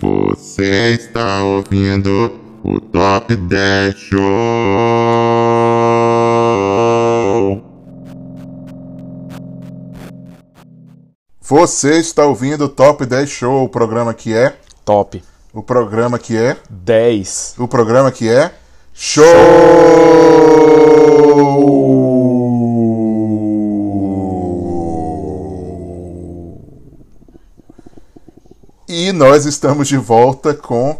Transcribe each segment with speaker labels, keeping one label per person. Speaker 1: Você está ouvindo o Top 10 Show. Você está ouvindo o Top 10 Show, o programa que é,
Speaker 2: Top.
Speaker 1: o programa que é,
Speaker 2: 10.
Speaker 1: o programa que é Show. E nós estamos de volta com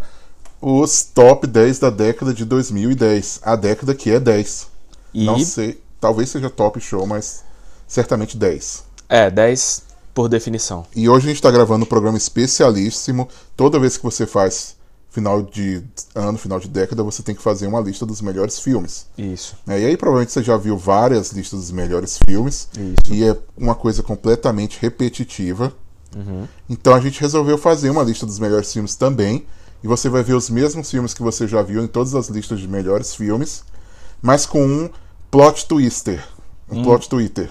Speaker 1: os top 10 da década de 2010, a década que é 10.
Speaker 2: E
Speaker 1: Não sei, talvez seja top show, mas certamente 10.
Speaker 2: é 10 por definição.
Speaker 1: E hoje a gente está gravando um programa especialíssimo. Toda vez que você faz final de ano, final de década, você tem que fazer uma lista dos melhores filmes.
Speaker 2: Isso.
Speaker 1: né? E aí provavelmente você já viu várias listas dos melhores filmes.
Speaker 2: Isso.
Speaker 1: E é uma coisa completamente repetitiva.
Speaker 2: Uhum.
Speaker 1: Então a gente resolveu fazer uma lista dos melhores filmes também. E você vai ver os mesmos filmes que você já viu em todas as listas de melhores filmes, mas com um plot twister.
Speaker 2: Hum.
Speaker 1: Um plot twister.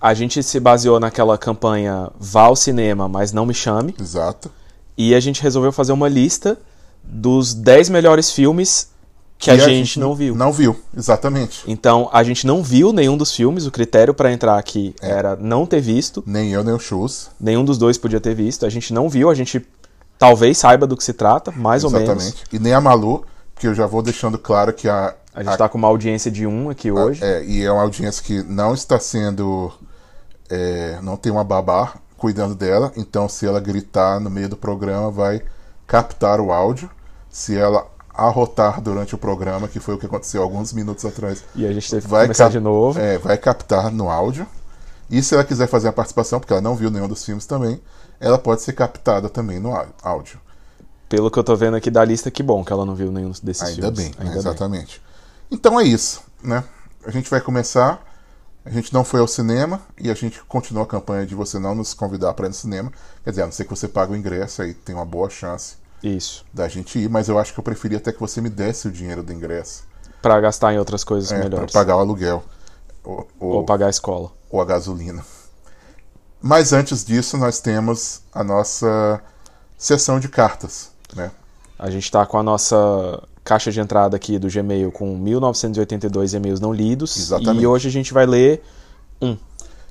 Speaker 2: A gente se baseou naquela campanha Vá ao cinema, mas não me chame.
Speaker 1: Exato.
Speaker 2: E a gente resolveu fazer uma lista dos 10 melhores filmes que, a,
Speaker 1: E
Speaker 2: gente, não viu.
Speaker 1: Não viu, exatamente.
Speaker 2: Então, a gente não viu nenhum dos filmes. O critério pra entrar aqui era não ter visto.
Speaker 1: Nem eu, nem o Shoes.
Speaker 2: Nenhum dos dois podia ter visto. A gente não viu. A gente talvez saiba do que se trata, mais ou menos.
Speaker 1: Exatamente. E nem a Malu, porque eu já vou deixando claro que a.
Speaker 2: A gente tá com uma audiência de um aqui hoje.
Speaker 1: É, e é uma audiência que não está sendo. é, não tem uma babá cuidando dela, então se ela gritar no meio do programa, vai captar o áudio. Se ela arrotar durante o programa, que foi o que aconteceu alguns minutos atrás,
Speaker 2: E a gente teve que
Speaker 1: vai
Speaker 2: começar
Speaker 1: cap-
Speaker 2: de novo.
Speaker 1: É, vai captar no áudio. E se ela quiser fazer a participação, porque ela não viu nenhum dos filmes também, ela pode ser captada também no á- áudio.
Speaker 2: Pelo que eu tô vendo aqui da lista, que bom que ela não viu nenhum desses
Speaker 1: Ainda
Speaker 2: filmes.
Speaker 1: bem, né? exatamente. Então é isso, né? A gente vai começar. A gente não foi ao cinema e a gente continua a campanha de você não nos convidar para ir no cinema. Quer dizer, a não ser que você pague o ingresso, aí tem uma boa chance
Speaker 2: Isso.
Speaker 1: da gente ir, mas eu acho que eu preferia até que você me desse o dinheiro do ingresso
Speaker 2: Pra gastar em outras coisas
Speaker 1: para
Speaker 2: melhores.
Speaker 1: É, pagar o aluguel ou,
Speaker 2: Ou
Speaker 1: ou,
Speaker 2: pagar a escola.
Speaker 1: ou a gasolina. Mas antes disso, nós temos a nossa sessão de cartas, né?
Speaker 2: A gente tá com a nossa caixa de entrada aqui do Gmail com 1982 e-mails não lidos.
Speaker 1: Exatamente.
Speaker 2: E hoje a gente vai ler.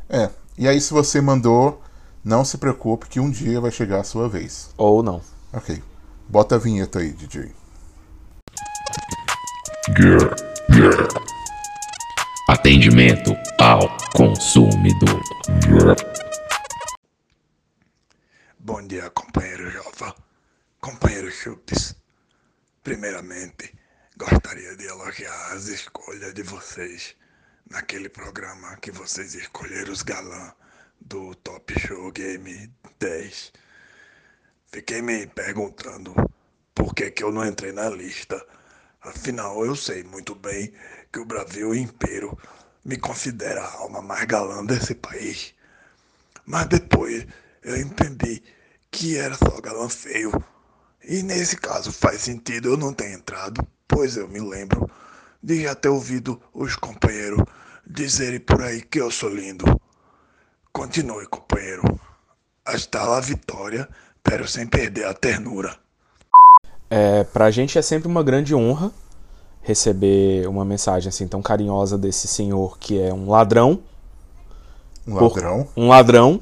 Speaker 1: É. E aí, se você mandou, não se preocupe que um dia vai chegar a sua vez.
Speaker 2: Ou não.
Speaker 1: Ok. Bota a vinheta aí, DJ.
Speaker 3: Grr, grr. Atendimento ao consumidor. Grr.
Speaker 4: Bom dia, companheiro Jova, companheiro Chups. Primeiramente, gostaria de elogiar as escolhas de vocês naquele programa que vocês escolheram os galã do Top Show Game 10. Fiquei me perguntando por que, que eu não entrei na lista. Afinal, eu sei muito bem que o Brasil inteiro me considera a alma mais galã desse país. Mas depois eu entendi que era só galã feio. E nesse caso faz sentido eu não ter entrado, pois eu me lembro de já ter ouvido os companheiros dizerem por aí que eu sou lindo. Continue, companheiro. Hasta la vitória, pero sem perder a ternura.
Speaker 2: É, pra gente é sempre uma grande honra receber uma mensagem assim tão carinhosa desse senhor que é um ladrão.
Speaker 1: Um
Speaker 2: Por-
Speaker 1: ladrão
Speaker 2: Um ladrão,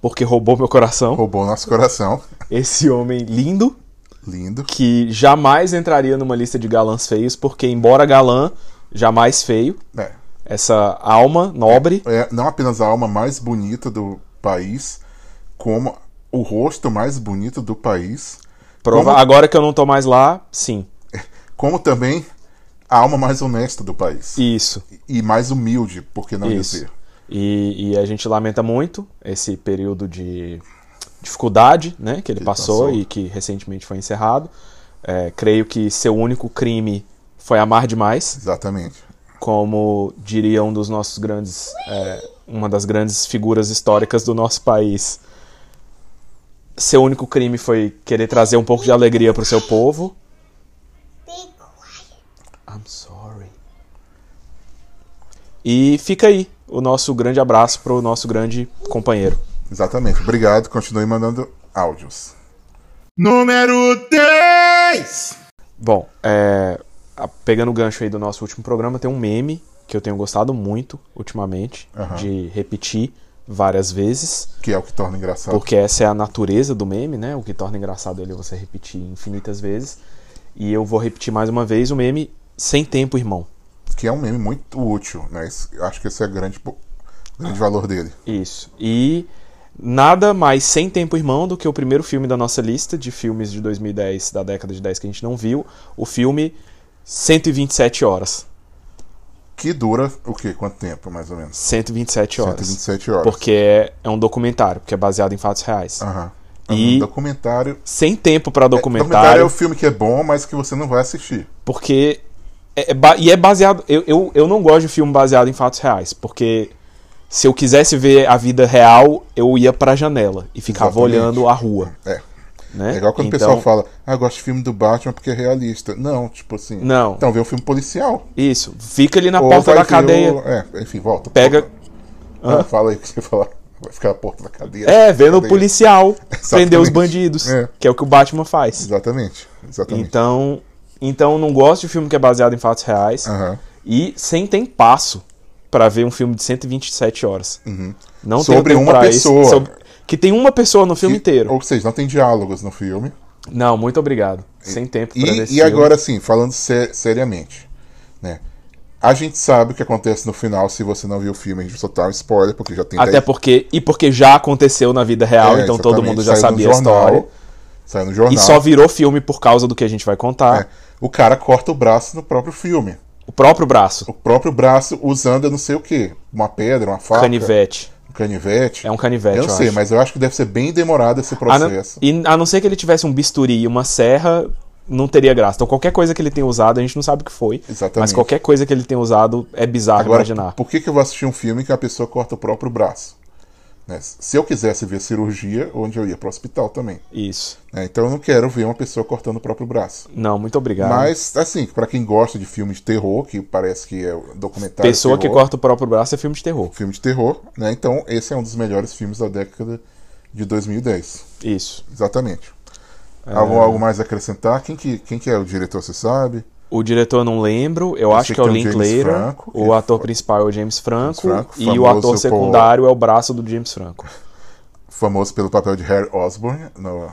Speaker 2: porque roubou meu coração.
Speaker 1: roubou nosso coração.
Speaker 2: Esse homem lindo.
Speaker 1: Lindo.
Speaker 2: que jamais entraria numa lista de galãs feios, porque embora galã, jamais feio,
Speaker 1: É.
Speaker 2: essa alma nobre,
Speaker 1: É não apenas a alma mais bonita do país, como o rosto mais bonito do país,
Speaker 2: prova...
Speaker 1: Como-
Speaker 2: agora que eu não tô mais lá, sim,
Speaker 1: como também a alma mais honesta do país.
Speaker 2: isso,
Speaker 1: E mais humilde, por que não
Speaker 2: isso.
Speaker 1: dizer?
Speaker 2: E, e a gente lamenta muito esse período de dificuldade, né, que ele passou,
Speaker 1: passou.
Speaker 2: e que recentemente foi encerrado. É, creio que seu único crime foi amar demais,
Speaker 1: Exatamente.
Speaker 2: como diria um dos nossos grandes, é, uma das grandes figuras históricas do nosso país. Seu único crime foi querer trazer um pouco de alegria pro seu povo. I'm sorry. E fica aí o nosso grande abraço para o nosso grande companheiro.
Speaker 1: Exatamente. Obrigado. Continue mandando áudios.
Speaker 5: Número 10!
Speaker 2: Bom, é, a- pegando o gancho aí do nosso último programa, tem um meme que eu tenho gostado muito ultimamente,
Speaker 1: Aham.
Speaker 2: de repetir várias vezes,
Speaker 1: Que é o que torna engraçado.
Speaker 2: porque essa é a natureza do meme, né? O que torna engraçado ele é você repetir infinitas vezes. E eu vou repetir mais uma vez o meme Sem Tempo, Irmão.
Speaker 1: Que é um meme muito útil, né? Esse- eu acho que esse é o grande, po- grande valor dele.
Speaker 2: Isso. E nada mais sem tempo irmão do que o primeiro filme da nossa lista de filmes de 2010, da década de 10 que a gente não viu, o filme 127 horas.
Speaker 1: Que dura o quê? Quanto tempo, mais ou menos?
Speaker 2: 127 horas.
Speaker 1: 127 horas.
Speaker 2: Porque é, é um documentário, porque é baseado em fatos reais.
Speaker 1: Aham.
Speaker 2: E-
Speaker 1: Um documentário.
Speaker 2: Sem tempo pra
Speaker 1: Documentário é
Speaker 2: documentário,
Speaker 1: o filme que é bom, mas que você não vai assistir.
Speaker 2: porque é, é ba- e é baseado, eu, eu, eu não gosto de filme baseado em fatos reais, porque se eu quisesse ver a vida real, eu ia pra janela e ficava
Speaker 1: Exatamente.
Speaker 2: olhando a rua,
Speaker 1: É.
Speaker 2: né?
Speaker 1: É igual quando o
Speaker 2: Então-
Speaker 1: pessoal fala, ah, eu gosto de filme do Batman porque é realista. Não, tipo assim.
Speaker 2: Não.
Speaker 1: Então vê um filme policial.
Speaker 2: Isso. Fica ali na
Speaker 1: Ou
Speaker 2: porta
Speaker 1: vai
Speaker 2: da
Speaker 1: ver
Speaker 2: cadeia.
Speaker 1: o- É, enfim, volta.
Speaker 2: Pega.
Speaker 1: Não, fala aí o que você falar. Vai ficar a porta da cadeia.
Speaker 2: É, vendo o
Speaker 1: Cadeia.
Speaker 2: policial prender os
Speaker 1: Exatamente.
Speaker 2: bandidos.
Speaker 1: É.
Speaker 2: Que é o que o Batman faz.
Speaker 1: Exatamente. Exatamente.
Speaker 2: Então. Então não gosto de filme que é baseado em fatos reais.
Speaker 1: Aham.
Speaker 2: E sem tem passo pra ver um filme de 127 horas. Não
Speaker 1: Uhum. Sobre
Speaker 2: tenho tempo
Speaker 1: uma
Speaker 2: pra isso.
Speaker 1: pessoa.
Speaker 2: Que tem uma pessoa no filme
Speaker 1: E-
Speaker 2: inteiro.
Speaker 1: Ou seja, não tem diálogos no filme.
Speaker 2: Não, muito obrigado. Sem tempo pra
Speaker 1: E,
Speaker 2: ver
Speaker 1: e
Speaker 2: esse filme.
Speaker 1: agora, assim, falando sé- seriamente, né? A gente sabe o que acontece no final se você não viu o filme, a gente só tá um spoiler, porque já tem
Speaker 2: Até
Speaker 1: dez-
Speaker 2: porque. E porque já aconteceu na vida real,
Speaker 1: É,
Speaker 2: então todo
Speaker 1: exatamente.
Speaker 2: mundo já
Speaker 1: Saiu no
Speaker 2: sabia a
Speaker 1: jornal,
Speaker 2: história.
Speaker 1: Saiu no jornal.
Speaker 2: E só virou filme por causa do que a gente vai contar.
Speaker 1: É. O cara corta o braço no próprio filme.
Speaker 2: O próprio braço.
Speaker 1: O próprio braço usando eu não sei o que. Uma pedra, uma faca.
Speaker 2: Canivete.
Speaker 1: Um canivete.
Speaker 2: É um canivete,
Speaker 1: Eu não
Speaker 2: eu
Speaker 1: sei,
Speaker 2: acho.
Speaker 1: mas eu acho que deve ser bem demorado esse
Speaker 2: A não,
Speaker 1: processo.
Speaker 2: e a não ser que ele tivesse um bisturi e uma serra, não teria graça. Então qualquer coisa que ele tenha usado, a gente não sabe o que foi.
Speaker 1: Exatamente.
Speaker 2: Mas qualquer coisa que ele tenha usado é bizarro
Speaker 1: Agora,
Speaker 2: imaginar.
Speaker 1: por que, que eu vou assistir um filme que a pessoa corta o próprio braço? Né? Se eu quisesse ver cirurgia, onde eu ia pro hospital também.
Speaker 2: Isso.
Speaker 1: né? Então eu não quero ver uma pessoa cortando o próprio braço.
Speaker 2: Não, muito obrigado.
Speaker 1: Mas, assim, pra quem gosta de filmes de terror, que parece que é um documentário.
Speaker 2: Pessoa
Speaker 1: de
Speaker 2: que
Speaker 1: terror,
Speaker 2: corta o próprio braço é filme de terror.
Speaker 1: Filme de terror, né? Então, esse é um dos melhores filmes da década de 2010.
Speaker 2: Isso.
Speaker 1: Exatamente.
Speaker 2: É.
Speaker 1: Algo, algo mais a acrescentar? Quem que, quem que é o diretor, você sabe?
Speaker 2: O diretor eu não lembro, eu acho
Speaker 1: sei
Speaker 2: que é o
Speaker 1: que tem o James
Speaker 2: Linklater.
Speaker 1: Franco,
Speaker 2: o
Speaker 1: que
Speaker 2: ator
Speaker 1: foi-
Speaker 2: principal é o James Franco,
Speaker 1: Franco,
Speaker 2: e o
Speaker 1: famoso
Speaker 2: ator
Speaker 1: por-
Speaker 2: secundário é o braço do James Franco.
Speaker 1: Famoso pelo papel de Harry Osborn no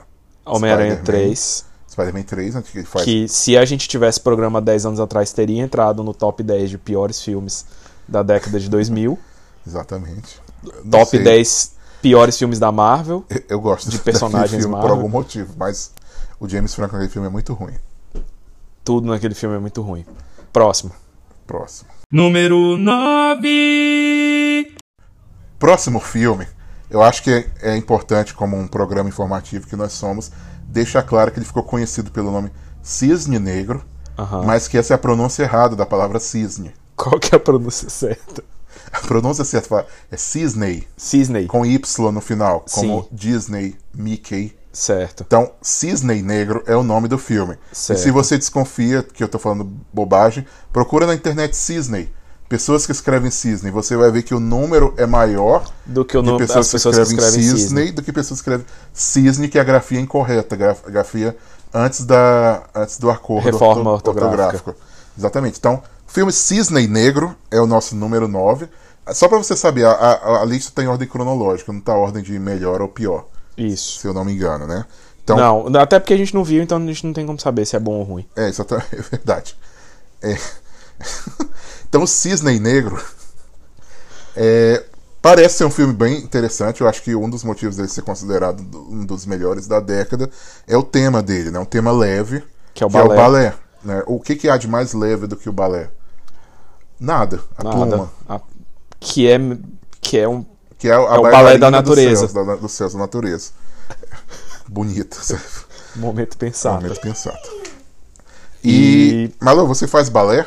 Speaker 2: Homem-Aranha
Speaker 1: Spider-Man.
Speaker 2: 3,
Speaker 1: Spider-Man 3, onde que ele faz
Speaker 2: que se a gente tivesse programa 10 anos atrás, teria entrado no top 10 de piores filmes da década de 2000.
Speaker 1: Exatamente. Não
Speaker 2: top
Speaker 1: sei,
Speaker 2: 10 piores filmes da Marvel.
Speaker 1: Eu gosto de
Speaker 2: personagens
Speaker 1: filme por
Speaker 2: Marvel.
Speaker 1: algum motivo, mas o James Franco naquele filme é muito ruim.
Speaker 2: Tudo naquele filme é muito ruim. Próximo.
Speaker 1: Próximo.
Speaker 5: Número 9!
Speaker 1: Próximo filme, eu acho que é, é importante, como um programa informativo que nós somos, deixar claro que ele ficou conhecido pelo nome Cisne Negro,
Speaker 2: Aham.
Speaker 1: mas que essa é a pronúncia errada da palavra cisne.
Speaker 2: Qual que é a pronúncia certa?
Speaker 1: A pronúncia certa fala- é Cisney,
Speaker 2: Cisney.
Speaker 1: com Y no final, como
Speaker 2: Sim.
Speaker 1: Disney, Mickey.
Speaker 2: Certo.
Speaker 1: Então, Cisne Negro é o nome do filme.
Speaker 2: Certo.
Speaker 1: E se você desconfia que eu tô falando bobagem, procura na internet Cisne. Pessoas que escrevem Cisne, você vai ver que o número é maior
Speaker 2: Do que o
Speaker 1: de
Speaker 2: nome das
Speaker 1: pessoas,
Speaker 2: pessoas que escrevem Cisney.
Speaker 1: do que pessoas que escrevem Cisne, que é a grafia incorreta, graf- a grafia antes, da, antes do acordo
Speaker 2: Reforma
Speaker 1: orto-
Speaker 2: ortográfica.
Speaker 1: Exatamente. Então, o filme Cisne Negro é o nosso número 9. Só pra você saber, a, a- a lista tá em ordem cronológica, não tá em ordem de melhor ou pior,
Speaker 2: Isso.
Speaker 1: se eu não me engano, né? Então,
Speaker 2: Não, até porque a gente não viu, então a gente não tem como saber se é bom ou ruim.
Speaker 1: É, exatamente, é verdade. É. então, o Cisne Negro é, parece ser um filme bem interessante. Eu acho que um dos motivos dele ser considerado do- um dos melhores da década é o tema dele, né? Um tema leve,
Speaker 2: Que é o
Speaker 1: balé.
Speaker 2: balé.
Speaker 1: né? O que, que há de mais leve do que o balé? Nada. A
Speaker 2: Nada.
Speaker 1: pluma.
Speaker 2: A- Que é. Que é um.
Speaker 1: Que é, a
Speaker 2: o balé
Speaker 1: bailarina
Speaker 2: da natureza.
Speaker 1: Dos céus da, dos céus da natureza. Bonita, certo?
Speaker 2: Momento pensado.
Speaker 1: Realmente pensado. E...
Speaker 2: E-
Speaker 1: Malu, você faz balé?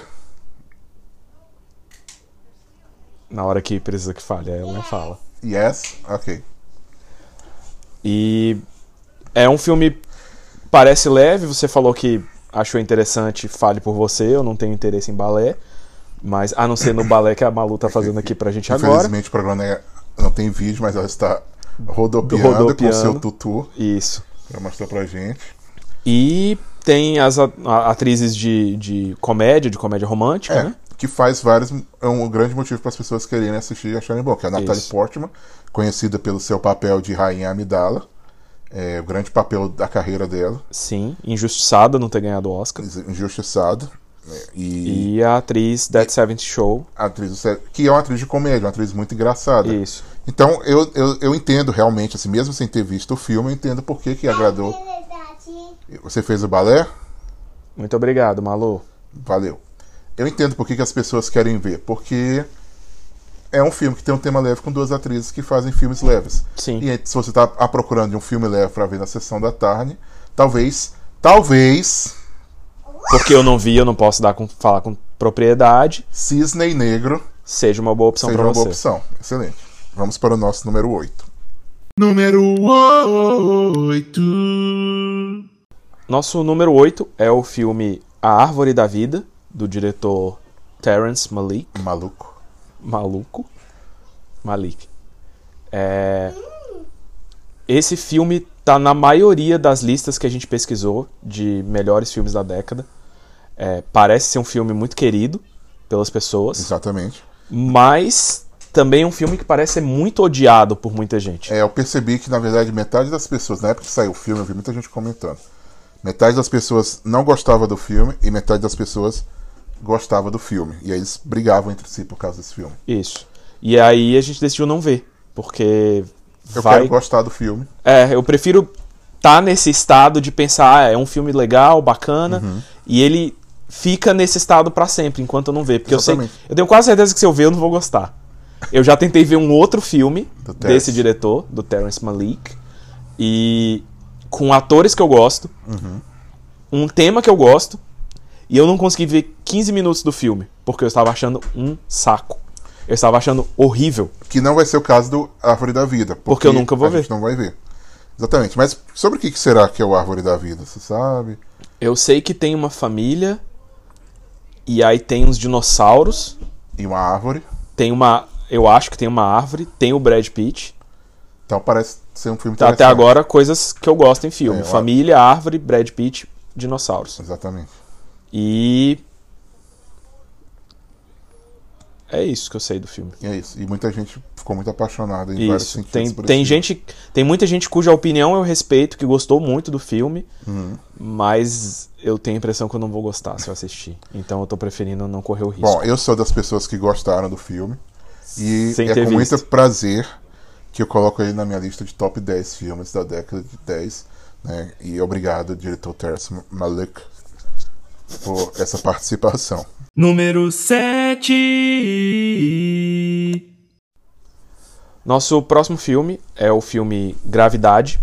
Speaker 2: Na hora que precisa que falhe, aí ela não fala.
Speaker 1: Yes? Ok.
Speaker 2: E é um filme parece leve, você falou que achou interessante, fale por você, eu não tenho interesse em balé, Mas, a não ser no balé que a Malu tá fazendo aqui pra gente agora.
Speaker 1: Infelizmente o programa é- não tem vídeo, mas ela está rodopiando,
Speaker 2: Rodopiando.
Speaker 1: com seu tutu
Speaker 2: Isso.
Speaker 1: pra mostrar pra gente.
Speaker 2: E tem as a- a- atrizes de, de comédia, de comédia romântica,
Speaker 1: É,
Speaker 2: né?
Speaker 1: que faz vários. É um grande motivo para as pessoas quererem assistir e acharem bom, que é a Natalie
Speaker 2: Isso.
Speaker 1: Portman, conhecida pelo seu papel de Rainha Amidala. É, o grande papel da carreira dela,
Speaker 2: Sim. Injustiçada não ter ganhado o Oscar.
Speaker 1: injustiçada. né, E,
Speaker 2: E a atriz Dead Seventh Show.
Speaker 1: a atriz do sério- que é uma atriz de comédia, uma atriz muito engraçada.
Speaker 2: Isso.
Speaker 1: Então eu, eu, eu entendo realmente, assim, mesmo sem ter visto o filme, eu entendo por que, que agradou. Você fez o balé?
Speaker 2: Muito obrigado, Malu.
Speaker 1: Valeu. Eu entendo por que, que as pessoas querem ver, porque é um filme que tem um tema leve com duas atrizes que fazem filmes leves.
Speaker 2: Sim.
Speaker 1: E aí, se você tá à procurando de um filme leve pra ver na sessão da tarde, talvez, talvez,
Speaker 2: Porque eu não vi, eu não posso dar com, falar com propriedade.
Speaker 1: Cisne Negro
Speaker 2: Seja uma boa opção
Speaker 1: seja
Speaker 2: Então, pra
Speaker 1: uma
Speaker 2: você.
Speaker 1: boa opção. Excelente. Vamos para o nosso número 8.
Speaker 5: Número 8.
Speaker 2: Nosso número 8 é o filme A Árvore da Vida, do diretor Terence Malik.
Speaker 1: Maluco.
Speaker 2: Maluco. Malik. É... Esse filme tá na maioria das listas que a gente pesquisou de melhores filmes da década. É, parece ser um filme muito querido pelas pessoas,
Speaker 1: Exatamente.
Speaker 2: mas também é um filme que parece ser muito odiado por muita gente.
Speaker 1: É, eu percebi que, na verdade, metade das pessoas, na época que saiu o filme, eu vi muita gente comentando. Metade das pessoas não gostava do filme e metade das pessoas gostava do filme. E aí eles brigavam entre si por causa desse filme.
Speaker 2: Isso. E aí a gente decidiu não ver, porque
Speaker 1: Eu
Speaker 2: vai
Speaker 1: quero gostar do filme.
Speaker 2: É, eu prefiro estar nesse estado de pensar, ah, é um filme legal, bacana,
Speaker 1: Uhum.
Speaker 2: e ele fica nesse estado pra sempre, enquanto eu não ver. Porque eu sei.
Speaker 1: Exatamente.
Speaker 2: Eu tenho quase certeza que se eu ver, eu não vou gostar. Eu já tentei ver um outro filme
Speaker 1: Do Terrence.
Speaker 2: desse diretor, do Terrence Malik, e com atores que eu gosto,
Speaker 1: Uhum.
Speaker 2: um tema que eu gosto, e eu não consegui ver 15 minutos do filme, porque eu estava achando um saco. Eu estava achando horrível.
Speaker 1: Que não vai ser o caso do Árvore da Vida. Porque,
Speaker 2: eu nunca vou
Speaker 1: a
Speaker 2: ver.
Speaker 1: gente não vai ver. Exatamente. Mas sobre o que que será que é o Árvore da Vida? Você sabe?
Speaker 2: Eu sei que tem uma família e aí tem uns dinossauros,
Speaker 1: E uma árvore.
Speaker 2: tem uma, eu acho que tem uma árvore, tem o Brad Pitt.
Speaker 1: Então parece ser um filme
Speaker 2: Tá até
Speaker 1: interessante.
Speaker 2: agora coisas que eu gosto em filme:
Speaker 1: É, eu-
Speaker 2: família, árvore, Brad Pitt, dinossauros.
Speaker 1: Exatamente.
Speaker 2: E é isso que eu sei do filme.
Speaker 1: E é isso. E muita gente ficou muito apaixonada em vários
Speaker 2: Isso.
Speaker 1: sentidos
Speaker 2: Tem,
Speaker 1: por
Speaker 2: tem
Speaker 1: esse filme.
Speaker 2: gente, tem muita gente cuja opinião eu respeito, que gostou muito do filme,
Speaker 1: Uhum.
Speaker 2: mas eu tenho a impressão que eu não vou gostar se eu assistir. Então eu tô preferindo não correr o risco.
Speaker 1: Bom, eu sou das pessoas que gostaram do filme. E
Speaker 2: Sem
Speaker 1: é
Speaker 2: ter
Speaker 1: com muito
Speaker 2: visto.
Speaker 1: prazer que eu coloco ele na minha lista de top 10 filmes da década de 10. Né? E obrigado, diretor Terence Malik, por essa participação.
Speaker 5: Número 7.
Speaker 2: Nosso próximo filme é o filme Gravidade,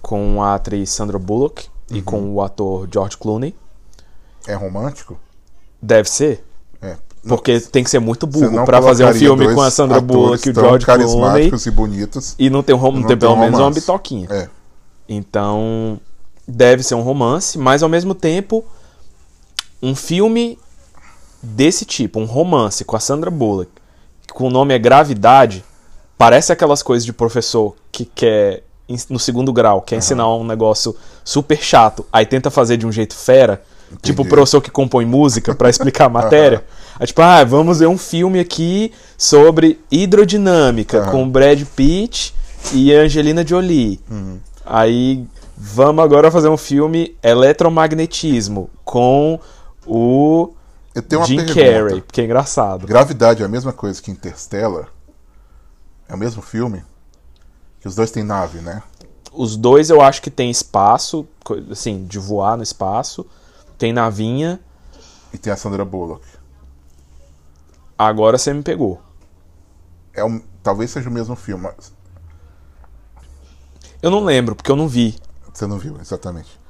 Speaker 2: com a atriz Sandra Bullock e
Speaker 1: Uhum.
Speaker 2: com o ator George Clooney.
Speaker 1: É romântico?
Speaker 2: Deve ser,
Speaker 1: É.
Speaker 2: porque tem que ser muito
Speaker 1: Você não
Speaker 2: burro pra fazer um
Speaker 1: colocaria
Speaker 2: filme
Speaker 1: dois
Speaker 2: com a Sandra
Speaker 1: atores
Speaker 2: Bullock e o
Speaker 1: tão
Speaker 2: George Clooney
Speaker 1: carismáticos e bonitos.
Speaker 2: e não ter, um rom-
Speaker 1: não
Speaker 2: ter
Speaker 1: tem
Speaker 2: pelo
Speaker 1: um
Speaker 2: menos uma
Speaker 1: romance.
Speaker 2: bitoquinha.
Speaker 1: É.
Speaker 2: Então, deve ser um romance, mas ao mesmo tempo, um filme desse tipo, um romance com a Sandra Bullock, que o nome é Gravidade, parece aquelas coisas de professor que quer, ens- no segundo grau, quer ensinar um negócio super chato, aí tenta fazer de um jeito fera, tipo o professor que compõe música pra explicar a matéria. Aí, tipo, ah, vamos ver um filme aqui sobre hidrodinâmica com Brad Pitt e Angelina Jolie. Aí vamos agora fazer um filme eletromagnetismo com o
Speaker 1: Eu tenho uma
Speaker 2: Jim
Speaker 1: pergunta.
Speaker 2: Carrey, porque é engraçado.
Speaker 1: Gravidade é a mesma coisa que Interstellar? É o mesmo filme? Que os dois têm nave, né?
Speaker 2: Os dois eu acho que tem espaço, co- assim, de voar no espaço, tem navinha,
Speaker 1: E tem a Sandra Bullock.
Speaker 2: agora você me pegou.
Speaker 1: É um, talvez seja o mesmo filme, mas
Speaker 2: Eu não lembro, porque eu não vi.
Speaker 1: você não viu, exatamente.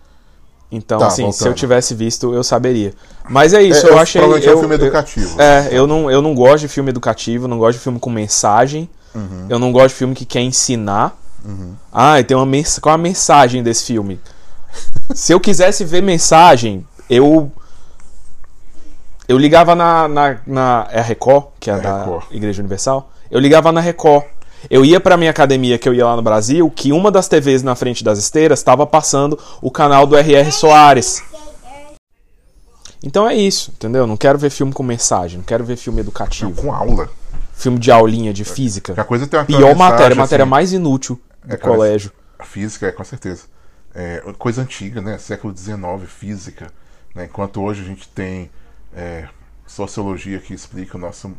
Speaker 2: Então,
Speaker 1: Tá,
Speaker 2: assim, se
Speaker 1: voltando.
Speaker 2: eu tivesse visto, eu saberia. Mas é isso,
Speaker 1: É,
Speaker 2: eu
Speaker 1: é,
Speaker 2: achei.
Speaker 1: provavelmente é um
Speaker 2: eu-
Speaker 1: filme
Speaker 2: eu-
Speaker 1: educativo.
Speaker 2: é, eu não, eu não gosto de filme educativo, não gosto de filme com mensagem.
Speaker 1: Uhum.
Speaker 2: Eu não gosto de filme que quer ensinar. Ah, e tem uma mens qual a mensagem desse filme? se eu quisesse ver mensagem, eu. Eu ligava na, na, na é a Record, que é a
Speaker 1: É a
Speaker 2: da
Speaker 1: Record.
Speaker 2: Igreja Universal. Eu ligava na Record. Eu ia pra minha academia que eu ia lá no Brasil, que uma das TVs na frente das esteiras estava passando o canal do RR Soares. Então é isso, entendeu? Não quero ver filme com mensagem, não quero ver filme educativo,
Speaker 1: Com aula.
Speaker 2: filme de aulinha de física.
Speaker 1: Que a coisa tem uma
Speaker 2: Pior
Speaker 1: mensagem,
Speaker 2: matéria,
Speaker 1: assim,
Speaker 2: matéria mais inútil do
Speaker 1: É, cara,
Speaker 2: colégio.
Speaker 1: A Física, é, com certeza. É coisa antiga, né? Século XIX, física. né? Enquanto hoje a gente tem é, sociologia que explica o nosso.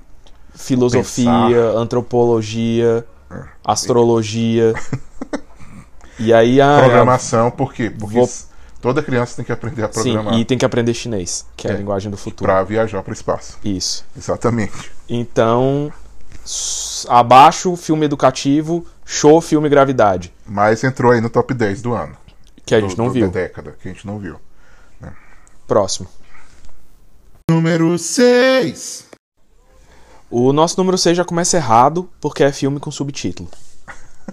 Speaker 2: filosofia,
Speaker 1: pensar. É.
Speaker 2: antropologia, astrologia. e aí ah, a
Speaker 1: programação, por quê? Porque
Speaker 2: é. Vou-
Speaker 1: s- toda criança tem que aprender a
Speaker 2: Sim,
Speaker 1: programar
Speaker 2: e tem que aprender chinês, que é, a linguagem do futuro.
Speaker 1: para viajar para o espaço.
Speaker 2: Isso.
Speaker 1: Exatamente.
Speaker 2: Então, s- abaixo filme educativo, show filme gravidade,
Speaker 1: Mas entrou aí no top 10 do ano.
Speaker 2: que a
Speaker 1: do-
Speaker 2: gente não
Speaker 1: do-
Speaker 2: viu.
Speaker 1: Da década, que a gente não viu.
Speaker 2: Próximo.
Speaker 1: Número 6.
Speaker 2: O nosso número 6 já começa errado, porque é filme com subtítulo.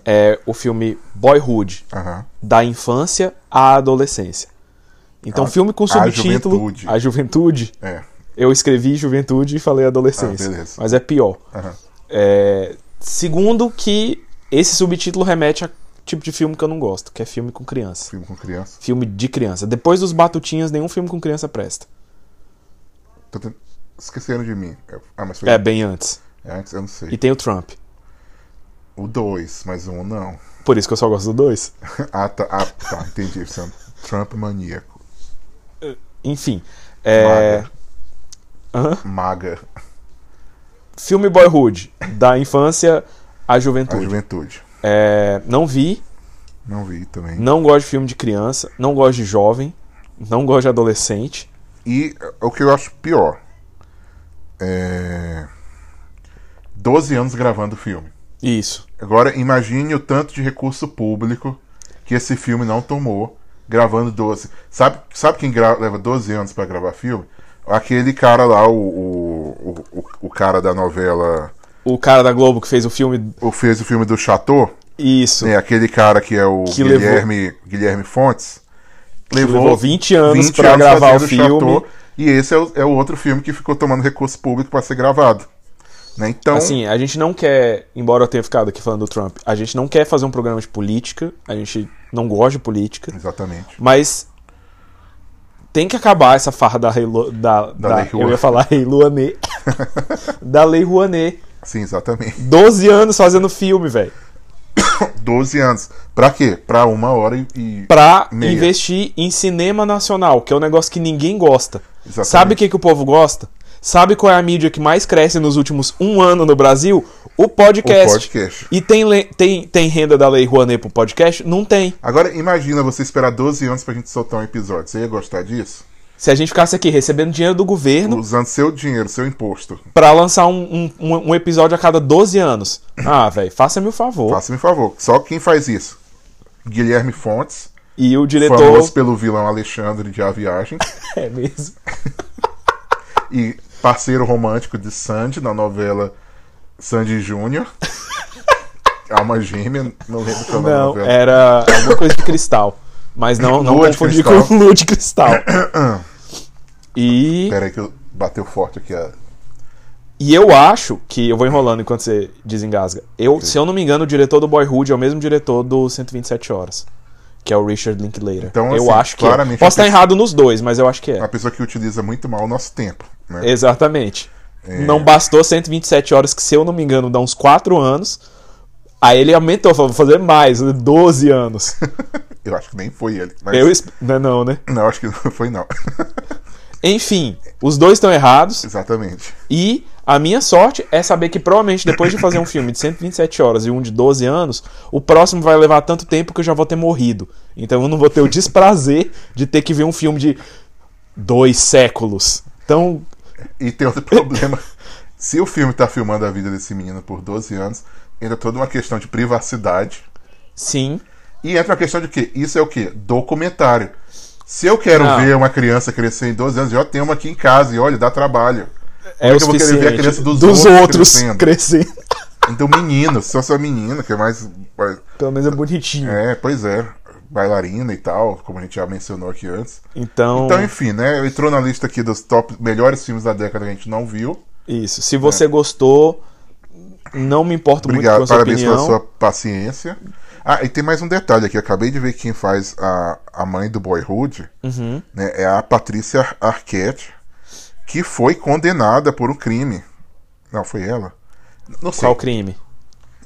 Speaker 2: É o filme Boyhood,
Speaker 1: Aham.
Speaker 2: da infância à adolescência. Então,
Speaker 1: A-
Speaker 2: filme com
Speaker 1: a
Speaker 2: subtítulo.
Speaker 1: juventude.
Speaker 2: A juventude.
Speaker 1: É.
Speaker 2: Eu escrevi juventude e falei adolescência.
Speaker 1: Ah, beleza.
Speaker 2: Mas é pior.
Speaker 1: Aham.
Speaker 2: É, segundo, que esse subtítulo remete a tipo de filme que eu não gosto, que é filme com criança.
Speaker 1: Filme com criança.
Speaker 2: Filme de criança. Depois dos Batutinhas, nenhum filme com criança presta.
Speaker 1: Tô tent- Esqueceram de mim. Eu- Ah, mas foi.
Speaker 2: É, bem antes.
Speaker 1: É, antes, eu não sei.
Speaker 2: E tem o Trump.
Speaker 1: O 2, mas um não.
Speaker 2: Por isso que eu só gosto do dois.
Speaker 1: Ah, tá. Ah, tá. Entendi. Você é um Trump maníaco.
Speaker 2: Enfim. É,
Speaker 1: Maga.
Speaker 2: Hã?
Speaker 1: Maga.
Speaker 2: filme Boyhood, da infância à
Speaker 1: A
Speaker 2: juventude.
Speaker 1: juventude.
Speaker 2: É, não vi,
Speaker 1: Não vi também.
Speaker 2: não gosto de filme de criança, não gosto de jovem, não gosto de adolescente.
Speaker 1: E eh, o que eu acho pior. É. 12 anos gravando o filme.
Speaker 2: Isso.
Speaker 1: Agora, imagine o tanto de recurso público que esse filme não tomou gravando 12. Sabe, sabe quem gra- leva 12 anos pra gravar filme? Aquele cara lá, o, o, o, o cara da novela.
Speaker 2: O cara da Globo que fez o filme.
Speaker 1: Ou fez o filme do Chateau.
Speaker 2: Isso.
Speaker 1: né, aquele cara que é o
Speaker 2: Que levou-
Speaker 1: Guilherme, Guilherme Fontes.
Speaker 2: levou 20 anos pra gravar o
Speaker 1: fazendo
Speaker 2: filme.
Speaker 1: e esse é o, é o outro filme que ficou tomando recurso público pra ser gravado. Né, Então,
Speaker 2: Assim, a gente não quer, embora eu tenha ficado aqui falando do Trump, a gente não quer fazer um programa de política, a gente não gosta de política,
Speaker 1: exatamente.
Speaker 2: mas tem que acabar essa farra da, Rei Lu- da, da,
Speaker 1: Da Lei Rouanet.
Speaker 2: eu ia falar Rei Rouanet, da Lei Rouanet,
Speaker 1: Sim, exatamente.
Speaker 2: 12 anos fazendo filme, velho,
Speaker 1: 12 anos. Pra quê? Pra uma hora e. e-
Speaker 2: pra
Speaker 1: Meia.
Speaker 2: investir em cinema nacional, que é um negócio que ninguém gosta.
Speaker 1: Exatamente.
Speaker 2: Sabe o que, que o povo gosta? Sabe qual é a mídia que mais cresce nos últimos um ano no Brasil? O podcast.
Speaker 1: O podcast.
Speaker 2: E tem, le- tem, tem renda da Lei Rouanet pro podcast? Não tem.
Speaker 1: Agora, imagina você esperar 12 anos pra gente soltar um episódio. Você ia gostar disso?
Speaker 2: Se a gente ficasse aqui recebendo dinheiro do governo
Speaker 1: Usando seu dinheiro, seu imposto.
Speaker 2: pra lançar um, um, um- um episódio a cada 12 anos. Ah, velho, faça-me o favor.
Speaker 1: Faça-me um favor. Só quem faz isso? Guilherme Fontes,
Speaker 2: E o diretor.
Speaker 1: famoso pelo vilão Alexandre de A Viagem.
Speaker 2: É mesmo.
Speaker 1: e parceiro romântico de Sandy na novela Sandy Júnior. Alma Gêmea, não lembro qual é o nome da
Speaker 2: Não,
Speaker 1: novela.
Speaker 2: era alguma coisa de cristal. Mas não, não
Speaker 1: Lua de
Speaker 2: confundir
Speaker 1: cristal.
Speaker 2: com Lua de Cristal. E,
Speaker 1: Pera aí que eu bateu forte aqui. a-
Speaker 2: e eu acho que. Eu vou enrolando enquanto você desengasga. Eu, se eu não me engano, o diretor do Boyhood é o mesmo diretor do 127 Horas. Que é o Richard Linklater.
Speaker 1: Então,
Speaker 2: eu
Speaker 1: assim,
Speaker 2: acho que. é.
Speaker 1: claramente Ah.
Speaker 2: Posso
Speaker 1: a
Speaker 2: estar
Speaker 1: pessoa-
Speaker 2: errado nos dois, mas eu acho que é.
Speaker 1: A pessoa que utiliza muito mal o nosso tempo. Né?
Speaker 2: Exatamente.
Speaker 1: É.
Speaker 2: Não bastou 127 horas, que se eu não me engano dá uns 4 anos. Aí ele aumentou, falou, vou fazer mais, 12 anos.
Speaker 1: Eu acho que nem foi ele. Mas...
Speaker 2: Eu esp- não, é não, né?
Speaker 1: Não, acho que não foi não.
Speaker 2: Enfim, os dois estão errados.
Speaker 1: Exatamente.
Speaker 2: E a minha sorte é saber que provavelmente depois de fazer um filme de 127 horas e um de 12 anos, o próximo vai levar tanto tempo que eu já vou ter morrido. Então eu não vou ter o desprazer de ter que ver um filme de dois séculos. Então,
Speaker 1: E tem outro problema. Se o filme tá filmando a vida desse menino por 12 anos, entra toda uma questão de privacidade.
Speaker 2: sim,
Speaker 1: E entra a questão de que isso é o quê? Documentário. Se eu quero
Speaker 2: Não.
Speaker 1: ver uma criança crescer em 12 anos, eu já tenho uma aqui em casa e olha, dá trabalho.
Speaker 2: é
Speaker 1: Como
Speaker 2: o
Speaker 1: é que eu vou querer ver a
Speaker 2: suficiente
Speaker 1: criança dos outros
Speaker 2: outros
Speaker 1: crescendo?
Speaker 2: crescendo.
Speaker 1: Então, menino, se eu sou menino, que é mais. mais-
Speaker 2: Pelo menos é bonitinho.
Speaker 1: É, pois é. bailarina e tal, como a gente já mencionou aqui antes.
Speaker 2: Então,
Speaker 1: Então, enfim, né? Ele entrou na lista aqui dos top melhores filmes da década que a gente não viu.
Speaker 2: isso. Se você gostou, não me importo
Speaker 1: É. Obrigado,
Speaker 2: muito com a sua
Speaker 1: parabéns pela
Speaker 2: opinião.
Speaker 1: sua paciência. Ah, e tem mais um detalhe aqui. Eu acabei de ver quem faz a, a mãe do Boyhood.
Speaker 2: Uhum.
Speaker 1: né, é a Patrícia Arquette, que foi condenada por um crime. Não, foi ela. Não sei.
Speaker 2: Qual crime?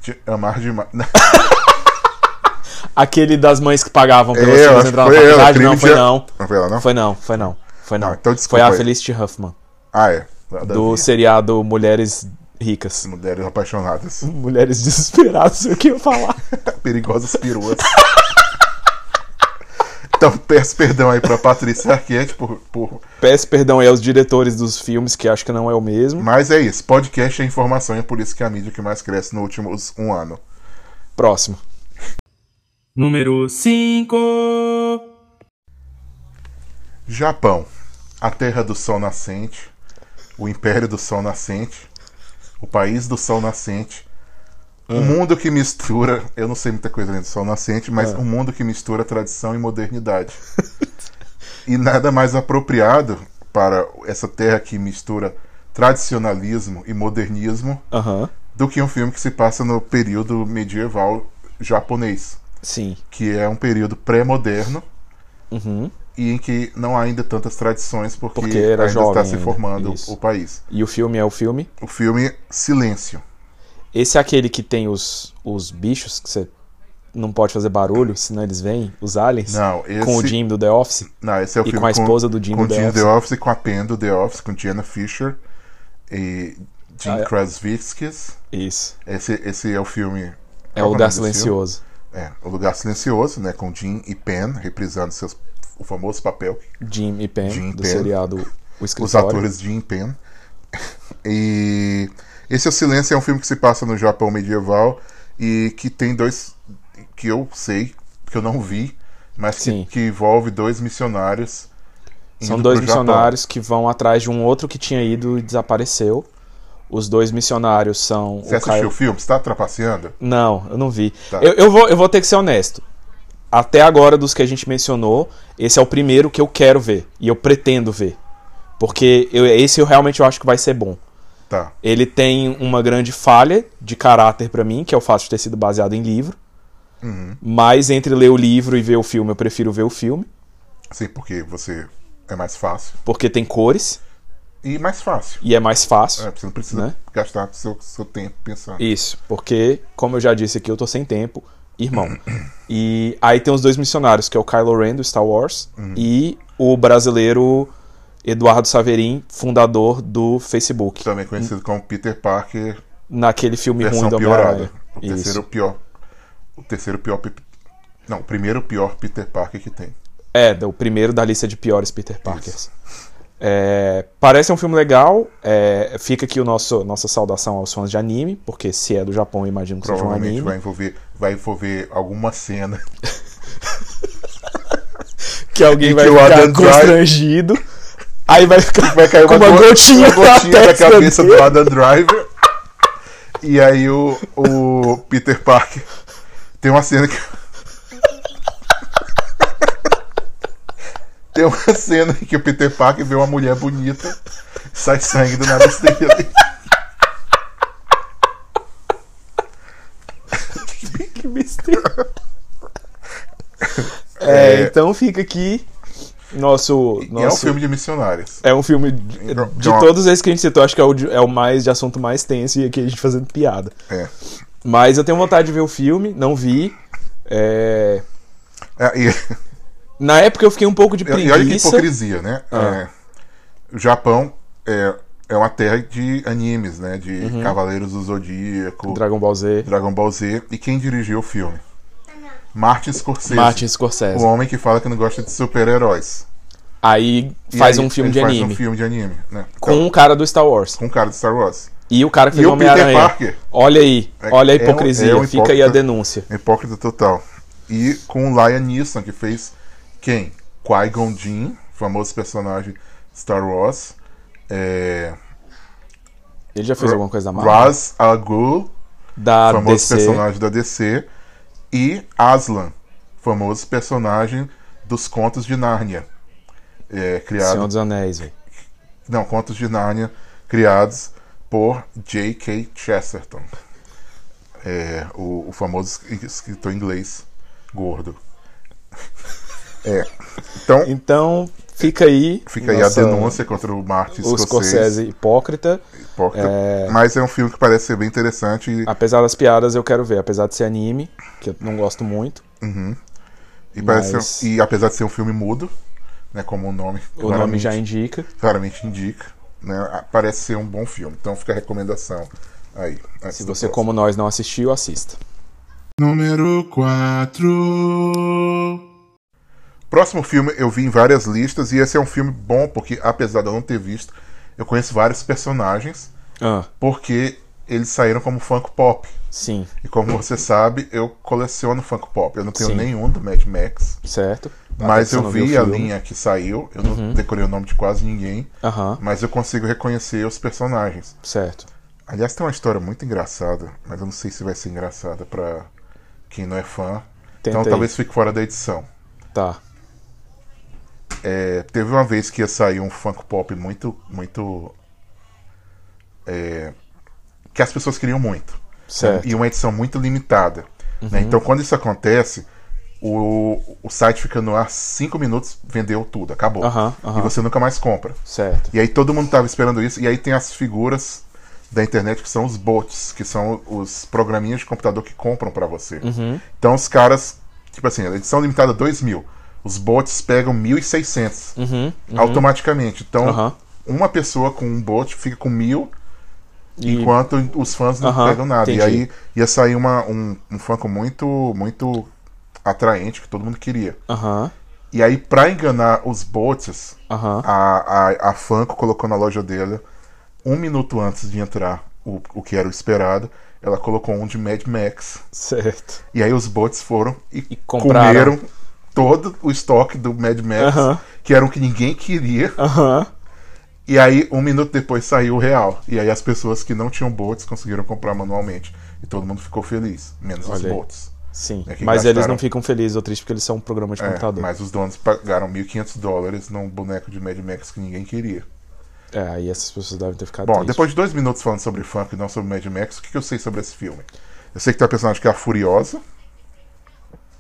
Speaker 1: De amar demais.
Speaker 2: Aquele das mães que pagavam pelas
Speaker 1: É, eu
Speaker 2: filhas
Speaker 1: acho
Speaker 2: entrar na
Speaker 1: que foi ela,
Speaker 2: faculdade?
Speaker 1: crime
Speaker 2: Não, foi
Speaker 1: de-
Speaker 2: não.
Speaker 1: Não foi ela, não?
Speaker 2: Foi não, foi não. Foi não.
Speaker 1: Ah, então
Speaker 2: foi
Speaker 1: desculpa
Speaker 2: a
Speaker 1: aí.
Speaker 2: Felicity Huffman,
Speaker 1: Ah, é. Da- da
Speaker 2: do
Speaker 1: vida.
Speaker 2: seriado Mulheres Ricas.
Speaker 1: Mulheres apaixonadas.
Speaker 2: Mulheres Desesperadas, o que eu ia falar?
Speaker 1: Perigosas peruas. então, peço perdão aí pra Patrícia Arquette por, por.
Speaker 2: Peço perdão aí aos diretores dos filmes, que acho que não é o mesmo.
Speaker 1: Mas é isso. Podcast é informação e é por isso que é a mídia que mais cresce nos últimos um ano.
Speaker 2: Próximo.
Speaker 5: Número 5.
Speaker 1: Japão, a terra do sol nascente, o império do sol nascente, o país do sol nascente, um mundo que mistura, eu não sei muita coisa além do sol nascente, mas um mundo que mistura tradição e modernidade. e nada mais apropriado para essa terra que mistura tradicionalismo e modernismo
Speaker 2: Aham.
Speaker 1: do que um filme que se passa no período medieval japonês
Speaker 2: Sim.
Speaker 1: que é um período pré-moderno e em que não há ainda tantas tradições porque,
Speaker 2: Uhum. Porque era
Speaker 1: ainda
Speaker 2: jovem
Speaker 1: está se
Speaker 2: ainda,
Speaker 1: formando
Speaker 2: isso.
Speaker 1: o país.
Speaker 2: E o filme é o filme?
Speaker 1: O filme Silêncio.
Speaker 2: Esse é aquele que tem os, os bichos que você não pode fazer barulho, senão eles vêm, os aliens.
Speaker 1: Não, esse-
Speaker 2: Com o Jim do The Office.
Speaker 1: Não, esse é o
Speaker 2: E
Speaker 1: filme
Speaker 2: com a esposa do Jim
Speaker 1: com
Speaker 2: do The
Speaker 1: Jim
Speaker 2: Office.
Speaker 1: The Office, com a Pen do The Office, com Jenna Fisher e Jim
Speaker 2: Ah, é.
Speaker 1: Krasinskis.
Speaker 2: Isso.
Speaker 1: Esse, esse é o filme.
Speaker 2: É
Speaker 1: Qual
Speaker 2: o
Speaker 1: o
Speaker 2: Lugar
Speaker 1: nome desse filme?
Speaker 2: Silencioso.
Speaker 1: É, o lugar silencioso, né, com Jim e Pen reprisando seus o famoso papel que
Speaker 2: Jim e Pam,
Speaker 1: Jim e
Speaker 2: do
Speaker 1: Pam.
Speaker 2: seriado O
Speaker 1: os
Speaker 2: Escritório.
Speaker 1: atores Jim Penn. E esse O Silêncio é um filme que se passa no Japão medieval e que tem dois que eu sei, que eu não vi, mas que,
Speaker 2: Sim.
Speaker 1: que envolve dois missionários.
Speaker 2: São
Speaker 1: indo
Speaker 2: dois
Speaker 1: pro Japão.
Speaker 2: missionários que vão atrás de um outro que tinha ido e desapareceu. Os dois missionários são
Speaker 1: Você
Speaker 2: o
Speaker 1: assistiu
Speaker 2: Caio
Speaker 1: o filme? Você tá trapaceando?
Speaker 2: Não, eu não vi.
Speaker 1: Tá.
Speaker 2: Eu, eu vou, eu vou ter que ser honesto. Até agora, dos que a gente mencionou, esse é o primeiro que eu quero ver. E eu pretendo ver. Porque eu- esse eu realmente eu acho que vai ser bom.
Speaker 1: Tá.
Speaker 2: Ele tem uma grande falha de caráter pra mim, que é o fato de ter sido baseado em livro.
Speaker 1: Uhum.
Speaker 2: Mas entre ler o livro e ver o filme, eu prefiro ver o filme.
Speaker 1: Sim, porque você é mais fácil.
Speaker 2: Porque tem cores
Speaker 1: E mais fácil.
Speaker 2: e é mais fácil.
Speaker 1: É, você não precisa
Speaker 2: Né?
Speaker 1: gastar seu, seu tempo pensando.
Speaker 2: Isso, porque, como eu já disse aqui, eu tô sem tempo, irmão. E aí tem os dois missionários, que é o Kylo Ren do Star Wars
Speaker 1: Uhum.
Speaker 2: e o brasileiro Eduardo Saverin, fundador do Facebook,
Speaker 1: Também conhecido como Peter Parker,
Speaker 2: naquele filme ruim
Speaker 1: versão
Speaker 2: do
Speaker 1: piorada.
Speaker 2: Homem-Aranha.
Speaker 1: O terceiro
Speaker 2: Isso.
Speaker 1: pior. O terceiro pior. Pe- Não, o primeiro pior Peter Parker que tem.
Speaker 2: É, o primeiro da lista de piores Peter Parkers. É, parece um filme legal. é, fica aqui o nosso, nossa saudação aos fãs de anime, porque se é do Japão, eu imagino que seja um
Speaker 1: Provavelmente
Speaker 2: anime.
Speaker 1: vai envolver, vai envolver alguma cena.
Speaker 2: que alguém vai
Speaker 1: que o
Speaker 2: ficar
Speaker 1: Adam Driver-
Speaker 2: constrangido. Aí vai ficar
Speaker 1: Vai cair
Speaker 2: com uma,
Speaker 1: go-
Speaker 2: gotinha,
Speaker 1: uma gotinha
Speaker 2: na
Speaker 1: da
Speaker 2: testa
Speaker 1: cabeça
Speaker 2: dele.
Speaker 1: do Adam Driver. E aí o, o Peter Parker tem uma cena que. Tem uma cena em que o Peter Parker vê uma mulher bonita, sai sangue do nariz dele.
Speaker 2: Que besteira. É, então fica aqui nosso.
Speaker 1: E é um
Speaker 2: nosso-
Speaker 1: filme de missionários.
Speaker 2: é um filme de,
Speaker 1: Então,
Speaker 2: de
Speaker 1: então-
Speaker 2: todos esses que a gente citou, acho que é o, de- é o mais de assunto mais tenso e aqui a gente fazendo piada.
Speaker 1: É.
Speaker 2: Mas eu tenho vontade de ver o filme, não vi. É,
Speaker 1: É, e-
Speaker 2: Na época eu fiquei um pouco de
Speaker 1: E olha que
Speaker 2: preguiça.
Speaker 1: hipocrisia, né?
Speaker 2: Ah.
Speaker 1: É, o Japão é, é uma terra de animes, né? De
Speaker 2: Uhum.
Speaker 1: Cavaleiros do Zodíaco,
Speaker 2: Dragon Ball Z,
Speaker 1: Dragon Ball Z. E quem dirigiu o filme? Martin Scorsese.
Speaker 2: Martin Scorsese.
Speaker 1: O homem que fala que não gosta de super-heróis.
Speaker 2: Aí
Speaker 1: E
Speaker 2: faz
Speaker 1: aí
Speaker 2: um filme
Speaker 1: ele
Speaker 2: de
Speaker 1: faz
Speaker 2: anime.
Speaker 1: um filme de anime, né?
Speaker 2: Com o cara do Star Wars.
Speaker 1: Com o cara de Star Wars.
Speaker 2: E o cara que
Speaker 1: E
Speaker 2: fez
Speaker 1: o
Speaker 2: o
Speaker 1: Peter
Speaker 2: Homem-Aranha.
Speaker 1: Parker?
Speaker 2: Olha aí,
Speaker 1: É-
Speaker 2: olha a
Speaker 1: é um-
Speaker 2: hipocrisia.
Speaker 1: é um
Speaker 2: Fica aí a
Speaker 1: hipócrita.
Speaker 2: denúncia.
Speaker 1: Hipócrita total. E com o Lion Neeson, que fez quem? Qui-Gon Jinn, famoso personagem Star Wars. É...
Speaker 2: Ele já fez alguma coisa da Marvel?
Speaker 1: Raz Al Ghul,
Speaker 2: Da
Speaker 1: famoso
Speaker 2: DC.
Speaker 1: personagem da DC, e Aslan, famoso personagem dos contos de Nárnia. É, criado
Speaker 2: Senhor dos Anéis, velho.
Speaker 1: Não, Contos de Nárnia, criados por J.K. Chesterton, é, o, o famoso es- escritor inglês gordo. É, então,
Speaker 2: Então, fica aí.
Speaker 1: fica aí
Speaker 2: nossa-
Speaker 1: a denúncia contra o Martin
Speaker 2: O
Speaker 1: Scorsese.
Speaker 2: Scorsese hipócrita.
Speaker 1: hipócrita.
Speaker 2: É.
Speaker 1: Mas é um filme que parece ser bem interessante. E,
Speaker 2: Apesar das piadas, eu quero ver. Apesar de ser anime, que eu não gosto muito.
Speaker 1: e parece ser-
Speaker 2: mas-
Speaker 1: e apesar de ser um filme mudo, né, como o nome,
Speaker 2: O nome já indica.
Speaker 1: claramente indica, né, a- parece ser um bom filme. Então fica a recomendação aí. antes
Speaker 2: Se
Speaker 1: do
Speaker 2: você,
Speaker 1: próximo.
Speaker 2: como nós, não assistiu, assista.
Speaker 1: Número 4. Próximo filme eu vi em várias listas e esse é um filme bom porque, apesar de eu não ter visto, eu conheço vários personagens
Speaker 2: Ah,
Speaker 1: porque eles saíram como funk pop.
Speaker 2: sim,
Speaker 1: E como você sabe, eu coleciono funk pop. Eu não tenho
Speaker 2: Sim.
Speaker 1: nenhum do Mad Max,
Speaker 2: certo.
Speaker 1: mas
Speaker 2: Você
Speaker 1: eu
Speaker 2: não viu
Speaker 1: vi
Speaker 2: o
Speaker 1: a
Speaker 2: filme. Uhum. Ah.
Speaker 1: linha que saiu. Eu não decorei o nome de quase ninguém,
Speaker 2: Aham,
Speaker 1: mas eu consigo reconhecer os personagens.
Speaker 2: certo.
Speaker 1: Aliás, tem uma história muito engraçada, mas eu não sei se vai ser engraçada pra quem não é fã.
Speaker 2: Tenta
Speaker 1: então
Speaker 2: aí.
Speaker 1: talvez fique fora da edição.
Speaker 2: Tá.
Speaker 1: É, teve uma vez que ia sair um funk pop muito, muito. é, que as pessoas queriam muito.
Speaker 2: Certo. Uhum.
Speaker 1: E uma edição muito limitada. né? Então, quando isso acontece, o, o site fica no ar cinco minutos, vendeu tudo, acabou.
Speaker 2: Aham, aham.
Speaker 1: E você nunca mais compra.
Speaker 2: Certo.
Speaker 1: E aí todo mundo tava esperando isso. E aí tem as figuras da internet que são os bots, que são os programinhas de computador que compram pra você.
Speaker 2: Uhum.
Speaker 1: Então os caras, tipo assim, a edição limitada a 2 mil. Os bots pegam 1.600 automaticamente. Então
Speaker 2: Uhum, Aham.
Speaker 1: uma pessoa com um bot fica com 1.000,
Speaker 2: E-
Speaker 1: enquanto os fãs não
Speaker 2: Aham,
Speaker 1: pegam nada. E
Speaker 2: entendi.
Speaker 1: aí ia sair uma, um, um funk muito, muito atraente que todo mundo queria.
Speaker 2: Aham,
Speaker 1: E aí, pra enganar os bots,
Speaker 2: aham.
Speaker 1: a, a, a Funko colocou na loja dela, um minuto antes de entrar o, o que era o esperado, ela colocou um de Mad Max.
Speaker 2: Certo.
Speaker 1: E aí os bots foram e,
Speaker 2: E compraram.
Speaker 1: comeram todo o estoque do Mad Max,
Speaker 2: Aham.
Speaker 1: que era o que ninguém queria.
Speaker 2: Aham.
Speaker 1: E aí, um minuto depois, saiu o real. E aí as pessoas que não tinham bots conseguiram comprar manualmente. E todo mundo ficou feliz, menos os
Speaker 2: Olha aí.
Speaker 1: bots.
Speaker 2: Sim.
Speaker 1: É que
Speaker 2: mas eles
Speaker 1: gastaram.
Speaker 2: não ficam felizes ou tristes porque eles são um programa de
Speaker 1: É,
Speaker 2: computador.
Speaker 1: mas os donos pagaram 1.500 dólares num boneco de Mad Max que ninguém queria.
Speaker 2: É, aí essas pessoas devem ter ficado
Speaker 1: Bom,
Speaker 2: tristes.
Speaker 1: depois de dois minutos falando sobre funk e não sobre Mad Max, o que, que eu sei sobre esse filme? Eu sei que tem uma personagem que é a Furiosa,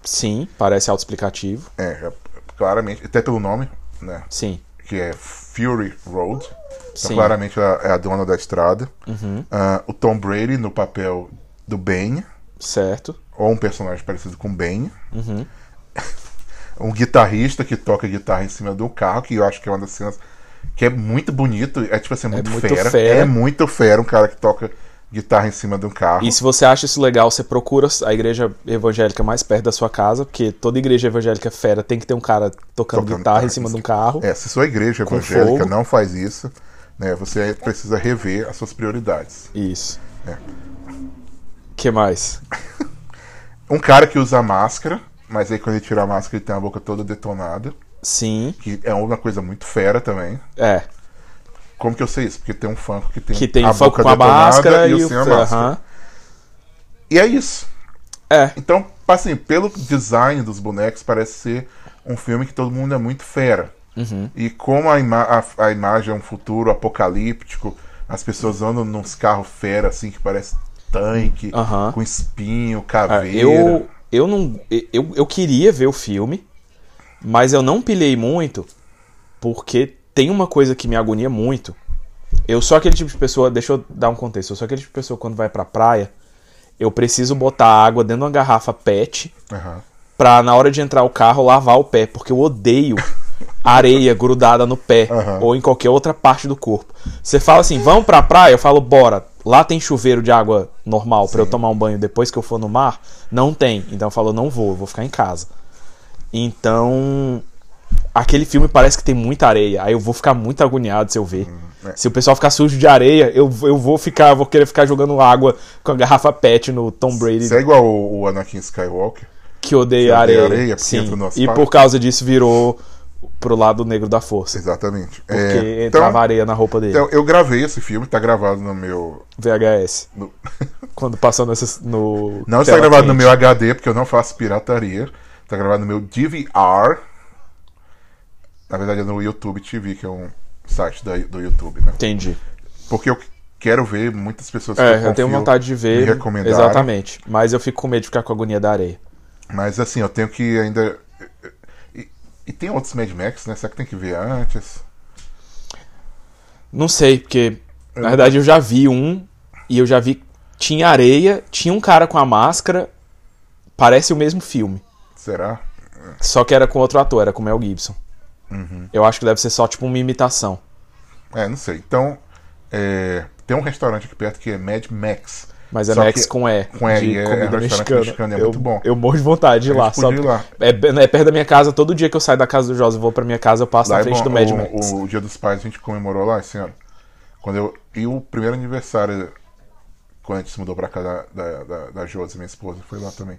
Speaker 2: Sim, parece autoexplicativo.
Speaker 1: é, é, claramente, até pelo nome, né?
Speaker 2: Sim.
Speaker 1: Que é Fury Road. Então,
Speaker 2: Sim. Uhum.
Speaker 1: claramente ela é a dona da estrada. Ah, o Tom Brady no papel do Bane,
Speaker 2: Certo.
Speaker 1: ou um personagem parecido com o Bane.
Speaker 2: Uhum.
Speaker 1: um guitarrista que toca guitarra em cima de um carro, que eu acho que é uma das cenas que é muito bonito, é tipo assim, muito,
Speaker 2: muito
Speaker 1: fera.
Speaker 2: fera.
Speaker 1: É muito fera um cara que toca guitarra em cima de um carro.
Speaker 2: E se você acha isso legal, você procura a igreja evangélica mais perto da sua casa, porque toda igreja evangélica fera tem que ter um cara tocando,
Speaker 1: Tocando
Speaker 2: guitarra
Speaker 1: guitarra,
Speaker 2: em cima de um carro.
Speaker 1: É, se sua igreja evangélica
Speaker 2: fogo.
Speaker 1: não faz isso, né, você precisa rever as suas prioridades.
Speaker 2: Isso.
Speaker 1: É.
Speaker 2: que mais?
Speaker 1: Um cara que usa máscara, mas aí quando ele tira a máscara ele tem a boca toda detonada,
Speaker 2: Sim.
Speaker 1: que é uma coisa muito fera também.
Speaker 2: É.
Speaker 1: Como que eu sei isso? Porque tem um fã que tem,
Speaker 2: Que tem
Speaker 1: a
Speaker 2: o funk
Speaker 1: boca
Speaker 2: com a
Speaker 1: detonada
Speaker 2: máscara e o.
Speaker 1: sem a máscara.
Speaker 2: Aham.
Speaker 1: E é isso.
Speaker 2: É.
Speaker 1: Então, assim, pelo design dos bonecos, parece ser um filme que todo mundo é muito fera.
Speaker 2: Uhum.
Speaker 1: E como a, ima a, a imagem é um futuro apocalíptico, as pessoas andam nos carros fera, assim, que parece tanque,
Speaker 2: Aham.
Speaker 1: com espinho,
Speaker 2: Ah,
Speaker 1: caveira.
Speaker 2: Eu, eu não. Eu, eu queria ver o filme, mas eu não pilhei muito, porque tem uma coisa que me agonia muito. Eu sou aquele tipo de pessoa. Deixa eu dar um contexto. Eu sou aquele tipo de pessoa que quando vai pra praia, eu preciso botar água dentro de uma garrafa PET
Speaker 1: Aham.
Speaker 2: pra na hora de entrar o carro lavar o pé, porque eu odeio areia grudada no pé
Speaker 1: Aham.
Speaker 2: ou em qualquer outra parte do corpo. Você fala assim, vamos pra praia? Eu falo, bora. Lá tem chuveiro de água normal pra eu tomar um banho depois que eu for no mar? Não tem. Então eu falo, não vou, eu vou ficar em casa. Então, aquele filme parece que tem muita areia. Aí eu vou ficar muito agoniado se eu ver. Se o pessoal ficar sujo de areia, eu, eu vou ficar, eu vou querer ficar jogando água com a garrafa PET no Tom Brady
Speaker 1: Isso é igual o, o Anakin Skywalker.
Speaker 2: que
Speaker 1: Que
Speaker 2: odeia
Speaker 1: odeia
Speaker 2: areia.
Speaker 1: areia, porque
Speaker 2: Sim.
Speaker 1: entra no
Speaker 2: e
Speaker 1: asfalto.
Speaker 2: por causa disso virou pro lado negro da força.
Speaker 1: Exatamente.
Speaker 2: Porque
Speaker 1: É,
Speaker 2: entrava
Speaker 1: então,
Speaker 2: areia na roupa dele.
Speaker 1: então, eu gravei esse filme, tá gravado no meu.
Speaker 2: VHS.
Speaker 1: no-
Speaker 2: Quando passou nessas, no.
Speaker 1: Não está
Speaker 2: tela
Speaker 1: gravado no
Speaker 2: quente.
Speaker 1: meu HD, porque eu não faço pirataria. Tá gravado no meu DVR. Na verdade é no YouTube TV, que é um site da- do YouTube, né?
Speaker 2: Entendi.
Speaker 1: Porque eu quero ver muitas pessoas que
Speaker 2: É,
Speaker 1: confio
Speaker 2: eu tenho vontade de
Speaker 1: me
Speaker 2: ver.
Speaker 1: recomendaram.
Speaker 2: Exatamente. Mas eu fico com medo de ficar com a agonia da areia.
Speaker 1: Mas assim, eu tenho que ainda. E, e tem outros Mad Max, né? Será que tem que ver antes?
Speaker 2: Não sei, porque
Speaker 1: É.
Speaker 2: na verdade eu já vi um e eu já vi tinha areia, tinha um cara com a máscara, parece o mesmo filme,
Speaker 1: Será?
Speaker 2: só que era com outro ator, era com o Mel Gibson.
Speaker 1: Uhum.
Speaker 2: Eu acho que deve ser só tipo uma imitação.
Speaker 1: É, não sei. Então, é, tem um restaurante aqui perto que é Mad Max.
Speaker 2: Mas é
Speaker 1: Só
Speaker 2: Max
Speaker 1: que-
Speaker 2: com E.
Speaker 1: com E, e é- é um
Speaker 2: comida
Speaker 1: restaurante
Speaker 2: mexicana.
Speaker 1: mexicano, é
Speaker 2: eu,
Speaker 1: muito bom.
Speaker 2: Eu morro de vontade de ir
Speaker 1: A gente
Speaker 2: lá.
Speaker 1: podia
Speaker 2: Só...
Speaker 1: ir lá.
Speaker 2: É, é perto da minha casa, todo dia que eu saio da casa do Josi e vou pra minha casa, eu passo
Speaker 1: Lá
Speaker 2: na
Speaker 1: é
Speaker 2: frente
Speaker 1: bom,
Speaker 2: do Mad
Speaker 1: o,
Speaker 2: Max.
Speaker 1: o Dia dos Pais a gente comemorou lá esse ano. Quando eu, e o primeiro aniversário, quando a gente se mudou pra cá da, da, da, da Josi, minha esposa, foi lá também.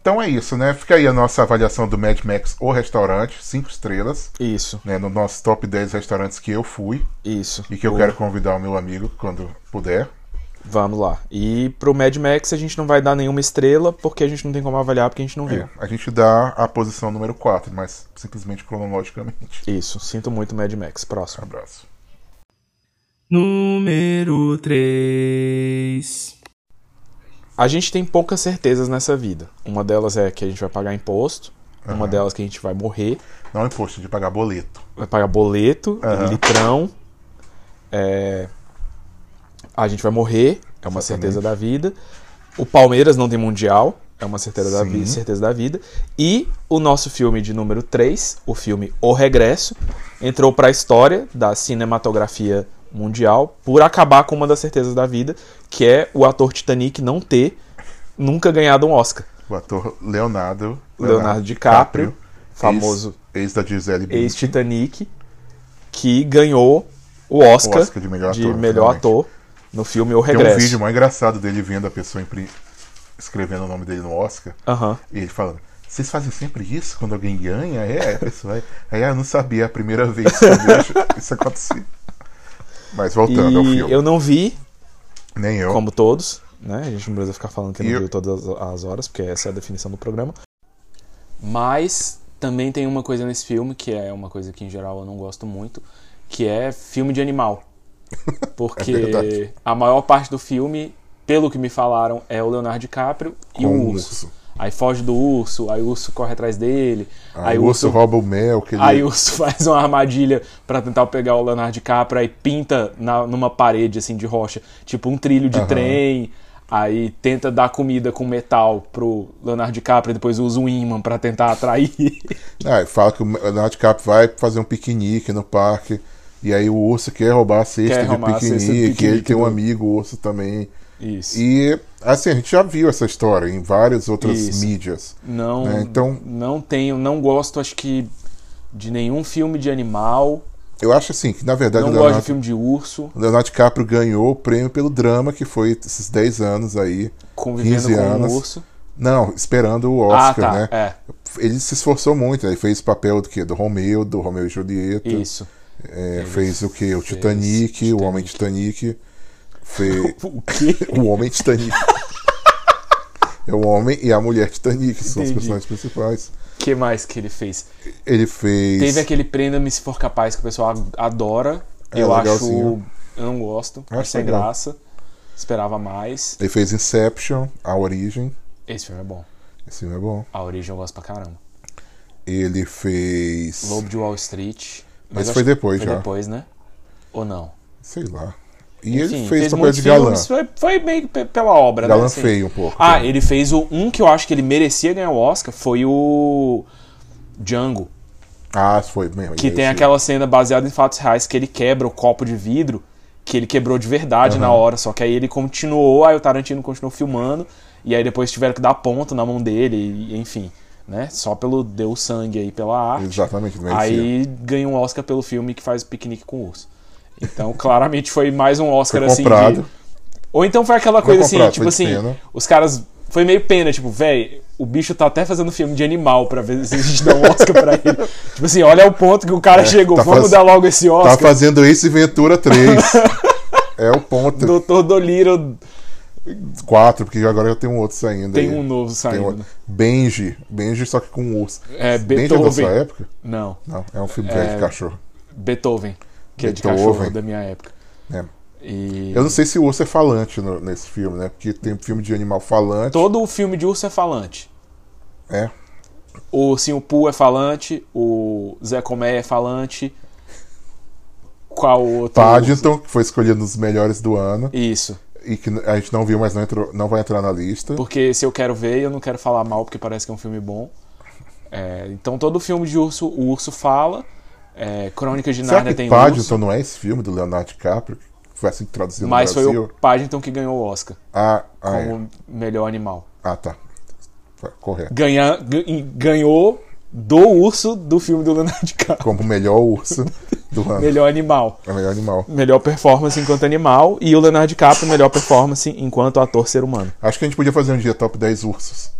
Speaker 1: Então é isso, né? Fica aí a nossa avaliação do Mad Max, o restaurante, cinco estrelas,
Speaker 2: Isso,
Speaker 1: né? No nosso top 10 restaurantes que eu fui
Speaker 2: isso.
Speaker 1: e que eu quero convidar o meu amigo quando puder.
Speaker 2: Vamos lá. E pro Mad Max a gente não vai dar nenhuma estrela, porque a gente não tem como avaliar, porque a gente não viu.
Speaker 1: É, a gente dá a posição número 4, mas simplesmente cronologicamente.
Speaker 2: Isso, sinto muito Mad Max. Próximo.
Speaker 1: Abraço.
Speaker 5: Número 3.
Speaker 2: A gente tem poucas certezas nessa vida. Uma delas é que a gente vai pagar imposto, uma delas que a gente vai morrer,
Speaker 1: Não é imposto de pagar boleto.
Speaker 2: vai pagar boleto,
Speaker 1: Aham.
Speaker 2: litrão. é, A gente vai morrer, é uma certeza da vida. O Palmeiras não tem mundial, é uma certeza da, vi- certeza da vida. E o nosso filme de número 3, o filme O Regresso, entrou pra história da cinematografia mundial por acabar com uma das certezas da vida, que é o ator Titanic não ter nunca ganhado um Oscar.
Speaker 1: O ator Leonardo,
Speaker 2: Leonardo DiCaprio, famoso
Speaker 1: ex, ex da Gisele Bündchen.
Speaker 2: ex-Titanic, que ganhou o Oscar,
Speaker 1: O Oscar de melhor ator,
Speaker 2: melhor
Speaker 1: finalmente.
Speaker 2: ator no filme O
Speaker 1: Tem
Speaker 2: Regresso.
Speaker 1: um vídeo mais engraçado dele vendo a pessoa impri- escrevendo o nome dele no Oscar
Speaker 2: Aham.
Speaker 1: e ele falando: Vocês fazem sempre isso quando alguém ganha? É, a pessoa. é. Aí eu não sabia, é a primeira vez que eu vejo isso acontecer. Mas voltando ao
Speaker 2: E
Speaker 1: filme.
Speaker 2: eu não vi,
Speaker 1: Nem eu.
Speaker 2: como todos, né? A gente não precisa ficar falando que
Speaker 1: E
Speaker 2: não
Speaker 1: eu-
Speaker 2: viu todas as- as horas, porque essa é a definição do programa. Mas também tem uma coisa nesse filme, que é uma coisa que em geral eu não gosto muito, que é filme de animal. Porque
Speaker 1: É verdade.
Speaker 2: a maior parte do filme, pelo que me falaram, é o Leonardo DiCaprio e
Speaker 1: Com
Speaker 2: o
Speaker 1: o
Speaker 2: urso.
Speaker 1: urso.
Speaker 2: Aí foge do urso, aí o urso corre atrás dele, aí,
Speaker 1: Aí Ah, o urso rouba o mel que ele.
Speaker 2: Aí o urso faz uma armadilha pra tentar pegar o Leonardo DiCaprio e pinta na- numa parede assim de rocha, tipo um trilho de trem. Aí tenta dar comida com metal pro Leonardo DiCaprio, depois usa um ímã pra tentar atrair.
Speaker 1: Ah, fala que o Leonardo DiCaprio vai fazer um piquenique no parque. E aí o urso quer roubar a cesta
Speaker 2: Quer
Speaker 1: de
Speaker 2: roubar a
Speaker 1: piquenique,
Speaker 2: cesta de
Speaker 1: e ele
Speaker 2: piquenique
Speaker 1: tem um
Speaker 2: do-
Speaker 1: amigo urso também.
Speaker 2: Isso.
Speaker 1: E assim, a gente já viu essa história em várias outras
Speaker 2: Isso.
Speaker 1: mídias.
Speaker 2: Não,
Speaker 1: É, então-
Speaker 2: não tenho, não gosto, acho que de nenhum filme de animal.
Speaker 1: Eu acho assim que na verdade
Speaker 2: Não
Speaker 1: o
Speaker 2: gosto de
Speaker 1: Leonardo,
Speaker 2: filme de urso,
Speaker 1: o Leonardo DiCaprio ganhou o prêmio pelo drama que foi esses 10 anos aí.
Speaker 2: convivendo
Speaker 1: 15
Speaker 2: com
Speaker 1: anos.
Speaker 2: um urso.
Speaker 1: Não, esperando o Oscar,
Speaker 2: ah, tá.
Speaker 1: né? Ele se esforçou muito, ele fez papel do que do Romeu, do Romeu e Julieta,
Speaker 2: É, isso.
Speaker 1: é, fez o que o Titanic, o Homem Titanic, fez
Speaker 2: O quê?
Speaker 1: o Homem Titanic. É o homem e a mulher Titanic, que são os
Speaker 2: Entendi.
Speaker 1: personagens principais.
Speaker 2: que mais que ele fez?
Speaker 1: Ele fez.
Speaker 2: Teve aquele Prenda-me se for capaz que o pessoal a- adora.
Speaker 1: É,
Speaker 2: eu
Speaker 1: legalzinho.
Speaker 2: acho. Eu não gosto.
Speaker 1: Acho
Speaker 2: Acho sem
Speaker 1: legal.
Speaker 2: graça. Esperava mais.
Speaker 1: Ele fez Inception, A Origem.
Speaker 2: Esse filme é bom.
Speaker 1: Esse filme é bom.
Speaker 2: A origem eu gosto pra caramba.
Speaker 1: Ele fez.
Speaker 2: Lobo de Wall Street.
Speaker 1: Mas
Speaker 2: eu
Speaker 1: foi
Speaker 2: acho que
Speaker 1: depois
Speaker 2: foi
Speaker 1: já.
Speaker 2: depois, né? Ou não?
Speaker 1: Sei lá. E
Speaker 2: Enfim,
Speaker 1: ele fez, papel de
Speaker 2: muitos
Speaker 1: galã.
Speaker 2: filmes, Foi, foi meio que pe- pela obra, né?
Speaker 1: Galã
Speaker 2: assim.
Speaker 1: feio um pouco.
Speaker 2: Ah,
Speaker 1: também.
Speaker 2: ele fez o um que eu acho que ele merecia ganhar o Oscar. Foi o Django.
Speaker 1: Ah, foi mesmo.
Speaker 2: Que
Speaker 1: ele
Speaker 2: tem
Speaker 1: fez.
Speaker 2: aquela cena baseada em fatos reais que ele quebra o copo de vidro que ele quebrou de verdade na hora, só que aí ele continuou, aí o Tarantino continuou filmando, e aí depois tiveram que dar ponto na mão dele, e, enfim, né? Só pelo deu sangue aí pela arte.
Speaker 1: Exatamente, né? é. ele merecia.
Speaker 2: Aí ganhou um Oscar pelo filme que faz o piquenique com o urso. Então, claramente foi mais um Oscar
Speaker 1: Foi
Speaker 2: assim
Speaker 1: comprado.
Speaker 2: de ou então foi aquela coisa assim,
Speaker 1: comprado,
Speaker 2: tipo
Speaker 1: foi de
Speaker 2: assim,
Speaker 1: pena.
Speaker 2: os caras. Foi meio pena, tipo, véi, o bicho tá até fazendo filme de animal pra ver se a gente dá um Oscar pra ele. tipo assim, olha o ponto que o cara chegou,
Speaker 1: tá
Speaker 2: vamos
Speaker 1: faz-
Speaker 2: dar logo esse
Speaker 1: Tá
Speaker 2: Oscar.
Speaker 1: fazendo esse Ventura 3. é o ponto.
Speaker 2: Doutor Doliro
Speaker 1: Quatro, porque agora já tem um outro saindo.
Speaker 2: Tem
Speaker 1: aí.
Speaker 2: um novo
Speaker 1: Tem
Speaker 2: saindo.
Speaker 1: um... Benji. Benji, só que com um urso.
Speaker 2: É,
Speaker 1: Benji é da sua
Speaker 2: Beethoven.
Speaker 1: época?
Speaker 2: Não,
Speaker 1: Não, é um filme
Speaker 2: É.
Speaker 1: velho de cachorro.
Speaker 2: Beethoven, que é de
Speaker 1: Beethoven.
Speaker 2: cachorro da minha época.
Speaker 1: É.
Speaker 2: E
Speaker 1: Eu não sei se o urso é falante no- nesse filme, né? Porque tem filme de animal falante.
Speaker 2: todo o filme de urso é falante.
Speaker 1: É.
Speaker 2: O Ursinho Poo é falante, o Zé Comé é falante. Qual outro?
Speaker 1: Paddington, então, que foi escolhido nos melhores do ano
Speaker 2: Isso.
Speaker 1: e que a gente não viu, mas não, entrou, não vai entrar na lista.
Speaker 2: Porque se eu quero ver, eu não quero falar mal, porque parece que é um filme bom. É, então todo filme de urso, o urso fala. É, Crônicas de
Speaker 1: Será
Speaker 2: Nárnia
Speaker 1: que
Speaker 2: tem
Speaker 1: Paddington
Speaker 2: urso.
Speaker 1: não é esse filme do Leonardo DiCaprio? Que foi assim que traduzido
Speaker 2: Mas
Speaker 1: no
Speaker 2: foi
Speaker 1: Brasil?
Speaker 2: o Paddington que ganhou o Oscar
Speaker 1: Ah, ah, é.
Speaker 2: como melhor animal.
Speaker 1: Ah, tá. Tá, Correto.
Speaker 2: Ganha, gan- ganhou do urso do filme do Leonardo DiCaprio.
Speaker 1: Como o melhor urso do ano.
Speaker 2: Melhor animal.
Speaker 1: É o melhor animal.
Speaker 2: Melhor performance enquanto animal e o Leonardo DiCaprio melhor performance enquanto ator ser humano.
Speaker 1: Acho que a gente podia fazer um dia top 10 ursos.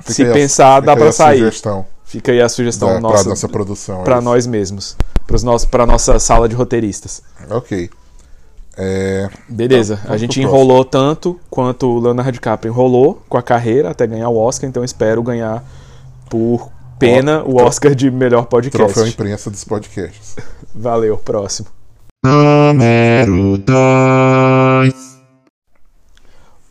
Speaker 1: Fica
Speaker 2: Se
Speaker 1: aí a-
Speaker 2: pensar,
Speaker 1: fica
Speaker 2: dá
Speaker 1: aí
Speaker 2: pra
Speaker 1: a
Speaker 2: sair.
Speaker 1: Sugestão
Speaker 2: Fica aí a sugestão
Speaker 1: da,
Speaker 2: nossa
Speaker 1: pra nossa produção. é
Speaker 2: pra
Speaker 1: isso.
Speaker 2: nós mesmos, pros nossos, pra nossa sala de roteiristas.
Speaker 1: Ok. É,
Speaker 2: Beleza, a
Speaker 1: pro
Speaker 2: gente
Speaker 1: próximo.
Speaker 2: enrolou tanto quanto o Leonardo DiCaprio enrolou com a carreira até ganhar o Oscar, então espero ganhar por pena o Oscar de melhor
Speaker 1: troféu
Speaker 2: podcast.
Speaker 1: imprensa dos podcasts.
Speaker 2: Valeu, próximo.
Speaker 6: Número 2.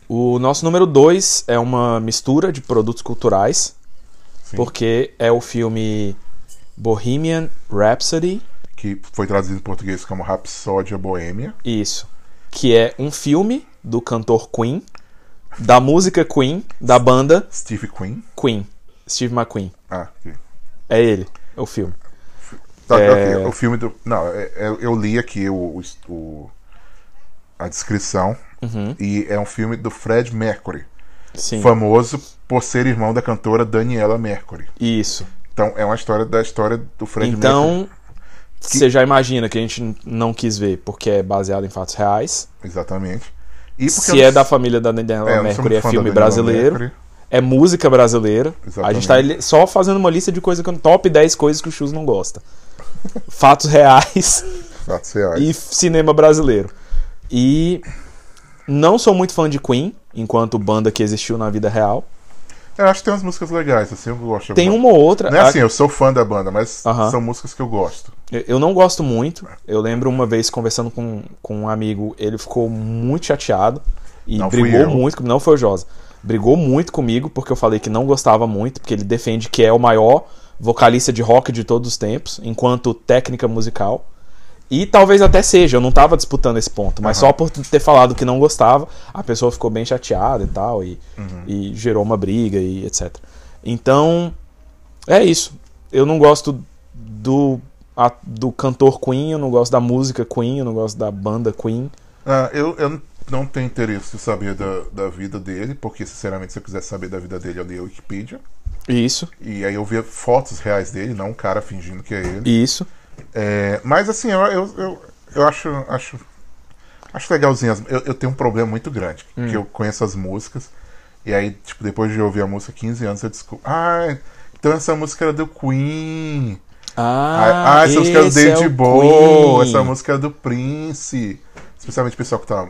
Speaker 2: O nosso número 2 é uma mistura de produtos culturais, porque é o filme Bohemian Rhapsody,
Speaker 1: que foi traduzido em português como Rapsódia Boêmia.
Speaker 2: Isso. Que é um filme do cantor Queen, da música Queen, da banda
Speaker 1: Steve Queen.
Speaker 2: Queen, Steve McQueen.
Speaker 1: Ah, ok.
Speaker 2: É ele, é o filme.
Speaker 1: Tá,
Speaker 2: É.
Speaker 1: ok, O filme do. Não, é- é- eu li aqui o, o- o- a descrição. E é um filme do Fred Mercury,
Speaker 2: Uhum. Sim.
Speaker 1: famoso por ser irmão da cantora Daniela Mercury.
Speaker 2: Isso.
Speaker 1: Então é uma história da história do Fred Mercury.
Speaker 2: Então, você já imagina que a gente n- não quis ver porque é baseado em fatos reais.
Speaker 1: Exatamente. E porque eu
Speaker 2: Se
Speaker 1: não-
Speaker 2: é da família da Daniela
Speaker 1: eu não sou
Speaker 2: Mercury,
Speaker 1: muito
Speaker 2: é
Speaker 1: fã da
Speaker 2: filme
Speaker 1: Daniela
Speaker 2: brasileiro.
Speaker 1: Mercury.
Speaker 2: É música brasileira. A gente tá
Speaker 1: Exatamente.
Speaker 2: ele- só fazendo uma lista de coisas que eu- top 10 coisas que o Chus não gosta. Fatos reais.
Speaker 1: Fatos reais.
Speaker 2: e cinema brasileiro. E não sou muito fã de Queen, enquanto banda que existiu na vida real.
Speaker 1: Eu acho que tem umas músicas legais, assim, eu gosto.
Speaker 2: Tem uma ou outra.
Speaker 1: Não é
Speaker 2: a-
Speaker 1: assim, eu sou fã da banda, mas
Speaker 2: Aham.
Speaker 1: são músicas que eu gosto.
Speaker 2: Eu- Eu não gosto muito. Eu lembro uma vez conversando com, com um amigo, ele ficou muito chateado e
Speaker 1: Não fui
Speaker 2: brigou
Speaker 1: eu.
Speaker 2: muito. com- Não foi o Josa. Brigou muito comigo porque eu falei que não gostava muito, porque ele defende que é o maior vocalista de rock de todos os tempos, enquanto técnica musical. E talvez até seja, eu não tava disputando esse ponto, mas só por ter falado que não gostava, a pessoa ficou bem chateada e tal, e,
Speaker 1: Uhum.
Speaker 2: e gerou uma briga e etc. Então, é isso. Eu não gosto do, a- do cantor Queen, eu não gosto da música Queen, eu não gosto da banda Queen.
Speaker 1: Ah, eu, eu não tenho interesse em saber da, da vida dele, porque, sinceramente, se eu quiser saber da vida dele, eu li a Wikipedia.
Speaker 2: Isso,
Speaker 1: E aí eu via fotos reais dele, não um cara fingindo que é ele.
Speaker 2: isso.
Speaker 1: É, mas, assim, eu, eu, eu, eu acho, acho, acho legalzinho. as- Eu, eu tenho um problema muito grande, que eu conheço as músicas. E aí, tipo, depois de ouvir a música 15 anos, eu descubro... Ah, então essa música era do Queen... Ah, essa música é do
Speaker 2: esse
Speaker 1: David
Speaker 2: o
Speaker 1: Bowie,
Speaker 2: Queen.
Speaker 1: essa música é do Prince. Especialmente o pessoal que tá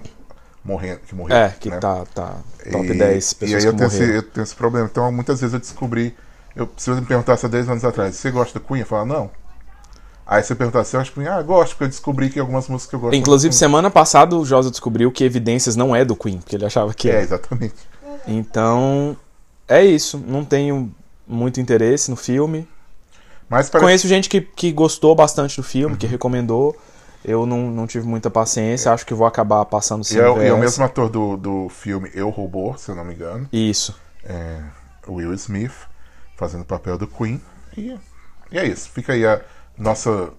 Speaker 1: morrendo, que morreu.
Speaker 2: É, que
Speaker 1: né?
Speaker 2: tá, tá top
Speaker 1: E-
Speaker 2: 10
Speaker 1: E aí
Speaker 2: pessoas
Speaker 1: eu
Speaker 2: que
Speaker 1: tenho, esse,
Speaker 2: morreram.
Speaker 1: eu tenho esse problema. Então muitas vezes eu descobri. Eu, se você me perguntasse há 10 anos atrás, você gosta do Queen? Eu falava, não. Aí você perguntasse, você acha Queen? Ah, gosto, porque eu descobri que algumas músicas eu gosto.
Speaker 2: Inclusive,
Speaker 1: muito.
Speaker 2: semana passada o Josa descobriu que Evidências não é do Queen, porque ele achava que
Speaker 1: É,
Speaker 2: era.
Speaker 1: exatamente.
Speaker 2: Então, é isso. Não tenho muito interesse no filme.
Speaker 1: Mas parece
Speaker 2: Conheço gente que, que gostou bastante do filme,
Speaker 1: Uhum.
Speaker 2: que recomendou. Eu não, não tive muita paciência, acho que vou acabar passando
Speaker 1: É. e
Speaker 2: sem
Speaker 1: é, o- e é o
Speaker 2: ver
Speaker 1: mesmo ator do, do filme Eu Robô, se eu não me engano.
Speaker 2: Isso.
Speaker 1: É, Will Smith, fazendo o papel do Queen. E, e é isso. Fica aí a nossa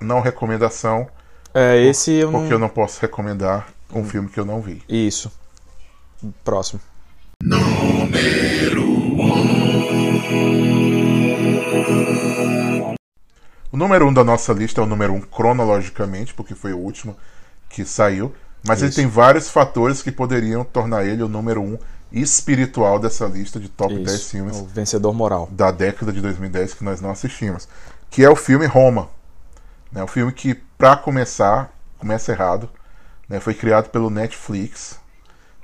Speaker 1: não recomendação,
Speaker 2: É, esse eu não...
Speaker 1: porque eu não posso recomendar um filme que eu não vi.
Speaker 2: Isso. Próximo.
Speaker 1: O número um da nossa lista é o número um cronologicamente, porque foi o último que saiu. Mas ele tem vários fatores que poderiam tornar ele o número um espiritual dessa lista de top 10
Speaker 2: Isso. É
Speaker 1: filmes
Speaker 2: O vencedor moral.
Speaker 1: da década de 2010 que nós não assistimos. Que é o filme Roma. Né? Um filme que, pra começar, começa errado. Né? Foi criado pelo Netflix.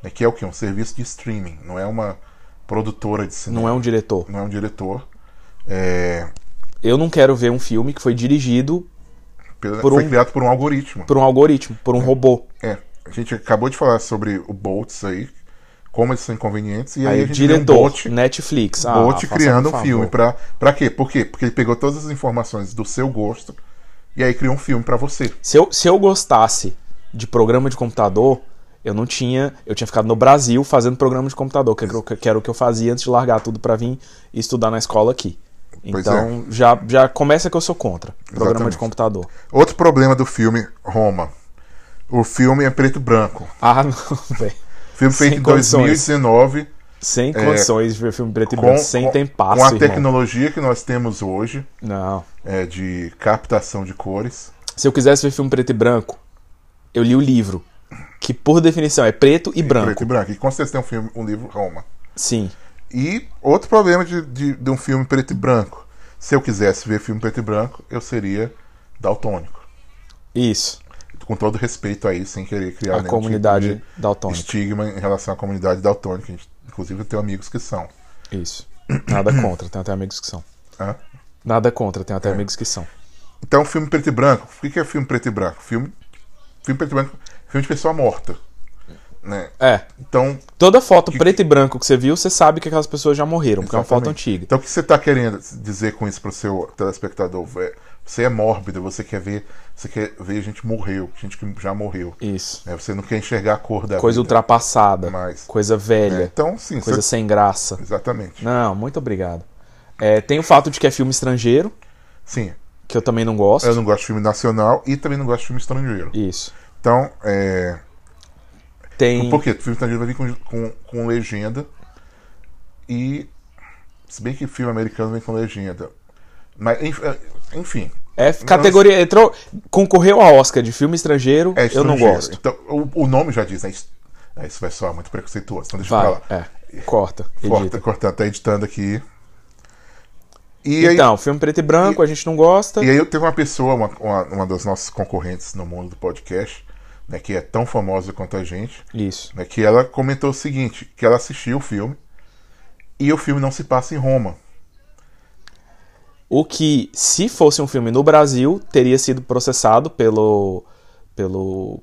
Speaker 1: É que é o quê? Um serviço de streaming, não é uma produtora de cinema.
Speaker 2: Não é um diretor.
Speaker 1: não é um diretor. É,
Speaker 2: Eu não quero ver um filme que foi dirigido
Speaker 1: pela-
Speaker 2: Por
Speaker 1: foi
Speaker 2: um-
Speaker 1: criado por um algoritmo.
Speaker 2: por um algoritmo, por um robô.
Speaker 1: É, a gente acabou de falar sobre o Boltz aí, como eles são inconvenientes, e aí,
Speaker 2: Aí,
Speaker 1: a gente viu um
Speaker 2: diretor,
Speaker 1: Bolt,
Speaker 2: Netflix. Ah,
Speaker 1: Bolt
Speaker 2: faça,
Speaker 1: criando
Speaker 2: por
Speaker 1: um filme.
Speaker 2: favor.
Speaker 1: Pra, pra quê? Por quê? Porque ele pegou todas as informações do seu gosto e aí criou um filme pra você.
Speaker 2: Se eu, se eu gostasse de programa de computador, eu não tinha. Eu tinha ficado no Brasil fazendo programa de computador, que, era o que- que era o que eu fazia antes de largar tudo pra vir estudar na escola aqui.
Speaker 1: Pois é.
Speaker 2: Então já, já começa que eu sou contra. Programa
Speaker 1: Exatamente.
Speaker 2: de computador.
Speaker 1: Outro problema do filme Roma. O filme é preto e branco.
Speaker 2: Ah, não, velho.
Speaker 1: Filme
Speaker 2: Sem
Speaker 1: feito em
Speaker 2: condições.
Speaker 1: 2019
Speaker 2: Sem condições de ver filme preto e
Speaker 1: É, com,
Speaker 2: branco, sem
Speaker 1: com,
Speaker 2: tem passo.
Speaker 1: com a
Speaker 2: irmão.
Speaker 1: tecnologia que nós temos hoje
Speaker 2: Não.
Speaker 1: é, de captação de cores.
Speaker 2: Se eu quisesse ver filme preto e branco, eu li o livro. Que por definição é preto e branco.
Speaker 1: Preto e branco. E com certeza tem um filme, um livro Roma.
Speaker 2: Sim.
Speaker 1: E outro problema de, de, de um filme preto e branco. Se eu quisesse ver filme preto e branco, eu seria daltônico.
Speaker 2: Isso.
Speaker 1: Com todo respeito aí, sem querer criar
Speaker 2: a
Speaker 1: nenhum
Speaker 2: comunidade
Speaker 1: tipo de
Speaker 2: daltônica.
Speaker 1: estigma em relação à comunidade daltônica. A gente, inclusive, eu tenho amigos que são.
Speaker 2: Isso. Nada contra, tem até amigos que são.
Speaker 1: Hã?
Speaker 2: Nada contra, tem até amigos que são.
Speaker 1: né? Então, filme preto e branco. O que que é filme preto e branco? Filme, filme preto e branco filme de pessoa morta. Né?
Speaker 2: É.
Speaker 1: Então,
Speaker 2: Toda foto preto e branco que você viu, você sabe que aquelas pessoas já morreram, porque é uma foto
Speaker 1: Exatamente.
Speaker 2: antiga.
Speaker 1: Então, o que você está querendo dizer com isso para o seu telespectador? Vé, Você é mórbido, você quer ver, você quer ver gente morreu, gente que já morreu.
Speaker 2: Isso.
Speaker 1: né? Você não quer enxergar a cor da
Speaker 2: Coisa
Speaker 1: vida,
Speaker 2: ultrapassada,
Speaker 1: Mas-
Speaker 2: coisa
Speaker 1: né?
Speaker 2: velha,
Speaker 1: Então, sim,
Speaker 2: coisa
Speaker 1: você-
Speaker 2: sem graça.
Speaker 1: exatamente.
Speaker 2: Não, muito obrigado. É, tem o fato de que é filme estrangeiro,
Speaker 1: Sim,
Speaker 2: que eu também não gosto.
Speaker 1: eu não gosto de filme nacional e também não gosto de filme estrangeiro.
Speaker 2: Isso.
Speaker 1: Então, é...
Speaker 2: Tem.
Speaker 1: por quê? O filme estrangeiro vai vir com, com, com legenda e... Se bem que filme americano vem com legenda. Mas, enf- enfim,
Speaker 2: É categoria. Entrou, concorreu a Oscar de filme estrangeiro,
Speaker 1: É
Speaker 2: eu não
Speaker 1: estrangeiro.
Speaker 2: gosto.
Speaker 1: Então, o, o nome já diz, né? Est- é, Isso vai soar muito preconceituoso. Então deixa eu
Speaker 2: Vai,
Speaker 1: falar.
Speaker 2: é. Corta,
Speaker 1: Corta,
Speaker 2: edita.
Speaker 1: cortando, tá editando aqui. E aí,
Speaker 2: Então, filme preto e branco, a gente não gosta.
Speaker 1: e aí eu teve uma pessoa, uma, uma, uma das nossas concorrentes no mundo do podcast, né, que é tão famosa quanto a gente,
Speaker 2: Isso.
Speaker 1: né, que ela comentou o seguinte, que ela assistiu o filme e o filme não se passa em Roma.
Speaker 2: O que, se fosse um filme no Brasil, teria sido processado pelo. pelo.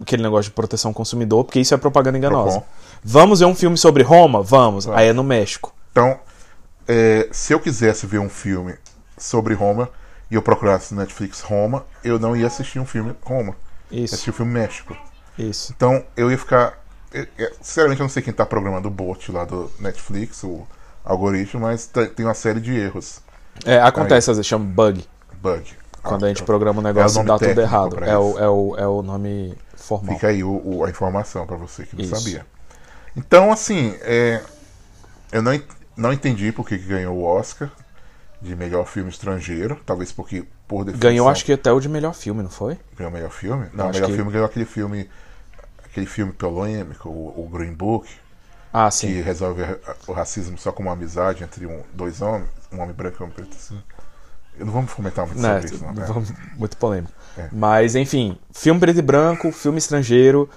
Speaker 2: aquele negócio de proteção ao consumidor, porque isso é propaganda enganosa.
Speaker 1: Procon.
Speaker 2: Vamos ver um filme sobre Roma? Vamos. Aí é no México.
Speaker 1: Então, é, se eu quisesse ver um filme sobre Roma e eu procurasse no Netflix Roma, eu não ia assistir um filme Roma. Eu
Speaker 2: Isso,
Speaker 1: assisti o filme México.
Speaker 2: isso.
Speaker 1: Então eu ia ficar. eu- eu- sinceramente, eu não sei quem tá programando o bot lá do Netflix, o algoritmo, mas te- tem uma série de erros.
Speaker 2: É, acontece, às vezes chama bug.
Speaker 1: Bug.
Speaker 2: Quando
Speaker 1: Ah,
Speaker 2: a gente
Speaker 1: então
Speaker 2: programa um negócio
Speaker 1: nome
Speaker 2: e dá tudo
Speaker 1: técnico
Speaker 2: errado.
Speaker 1: pra
Speaker 2: É o,
Speaker 1: isso.
Speaker 2: é, o, é o nome formal.
Speaker 1: Fica aí o- o- a informação para você que não
Speaker 2: Isso.
Speaker 1: sabia. Então, assim, é, eu não, en- não entendi por que que ganhou o Oscar de melhor filme estrangeiro. Talvez porque, por definição,
Speaker 2: Ganhou, acho que até o de melhor filme, não foi?
Speaker 1: ganhou o melhor filme. Não, o
Speaker 2: acho
Speaker 1: melhor
Speaker 2: que-
Speaker 1: filme ganhou aquele filme. Aquele filme polêmico, o, o Green Book,
Speaker 2: Ah,
Speaker 1: que
Speaker 2: sim.
Speaker 1: resolve a- a- o racismo só com uma amizade entre um, dois homens, um homem branco e um homem preto. Assim. Eu não vamos comentar muito
Speaker 2: Né,
Speaker 1: sobre isso, não. né?
Speaker 2: vamos- muito polêmico.
Speaker 1: É.
Speaker 2: Mas, enfim, filme preto e branco, filme estrangeiro,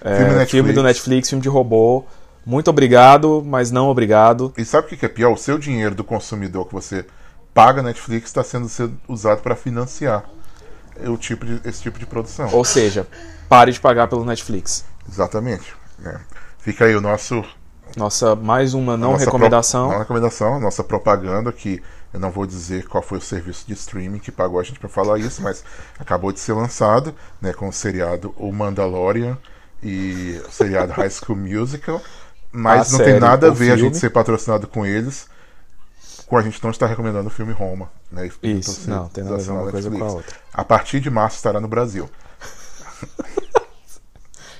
Speaker 2: é,
Speaker 1: Filme
Speaker 2: filme,
Speaker 1: Netflix.
Speaker 2: do Netflix, filme de robô. Muito obrigado, mas não obrigado.
Speaker 1: E sabe o que que é pior? O seu dinheiro do consumidor que você paga na Netflix está sendo, sendo usado para financiar o tipo de- esse tipo de produção.
Speaker 2: Ou seja, pare de pagar pelo Netflix.
Speaker 1: Exatamente. né? Fica aí o nosso
Speaker 2: Nossa, mais uma não
Speaker 1: nossa pro-
Speaker 2: recomendação.
Speaker 1: não recomendação, nossa propaganda que eu não vou dizer qual foi o serviço de streaming que pagou a gente para falar isso, mas acabou de ser lançado, né, com o seriado O Mandalorian e o seriado High School Musical, mas
Speaker 2: A
Speaker 1: não tem
Speaker 2: série,
Speaker 1: nada a
Speaker 2: o
Speaker 1: ver a
Speaker 2: filme.
Speaker 1: gente ser patrocinado com eles. Com a gente não está recomendando o filme Roma, né? Então,
Speaker 2: Isso,
Speaker 1: se-
Speaker 2: não, tem nada a ver
Speaker 1: assinar
Speaker 2: uma coisa com a
Speaker 1: Netflix.
Speaker 2: outra.
Speaker 1: A partir de março estará no Brasil.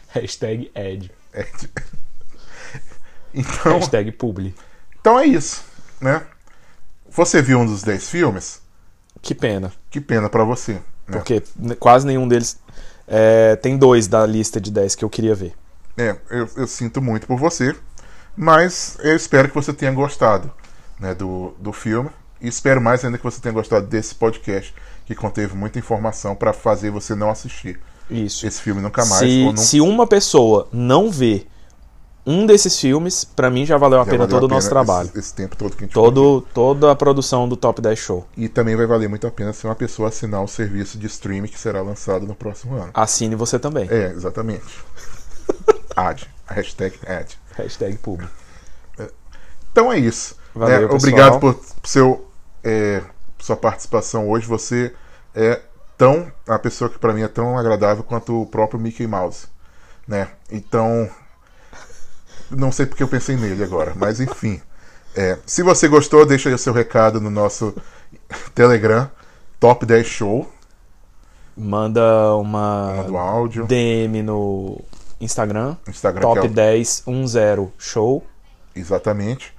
Speaker 2: Hashtag ad.
Speaker 1: É. Então,
Speaker 2: Hashtag publi.
Speaker 1: então é isso, né? Você viu um dos 10 filmes?
Speaker 2: Que pena,
Speaker 1: Que pena pra você. né?
Speaker 2: porque ne- quase nenhum deles... é, tem dois da lista de 10 que eu queria ver.
Speaker 1: É, eu, eu sinto muito por você, mas eu espero que você tenha gostado né, do, do filme. E espero mais ainda que você tenha gostado desse podcast, que conteve muita informação pra fazer você não assistir
Speaker 2: Isso.
Speaker 1: esse filme nunca é mais.
Speaker 2: se,
Speaker 1: ou não...
Speaker 2: se uma pessoa não vê um desses filmes, pra mim, já valeu a
Speaker 1: Já
Speaker 2: pena
Speaker 1: valeu
Speaker 2: todo
Speaker 1: a
Speaker 2: o nosso
Speaker 1: pena
Speaker 2: trabalho.
Speaker 1: Esse, esse tempo todo que a gente
Speaker 2: Todo, toda a produção do Top 10 Show.
Speaker 1: E também vai valer muito a pena se uma pessoa assinar o serviço de streaming que será lançado no próximo ano.
Speaker 2: Assine você também.
Speaker 1: É, exatamente. ad. Hashtag ad.
Speaker 2: Hashtag público.
Speaker 1: Então é isso.
Speaker 2: Valeu,
Speaker 1: É,
Speaker 2: pessoal.
Speaker 1: obrigado por seu, é, sua participação hoje. Você é tão a pessoa que pra mim é tão agradável quanto o próprio Mickey Mouse, né? Então não sei porque eu pensei nele agora, mas enfim. É, se você gostou, deixa aí o seu recado no nosso Telegram Top 10 Show,
Speaker 2: Manda uma
Speaker 1: do um áudio,
Speaker 2: DM no Instagram.
Speaker 1: Instagram que
Speaker 2: Top
Speaker 1: é o-
Speaker 2: 1010 Show.
Speaker 1: exatamente.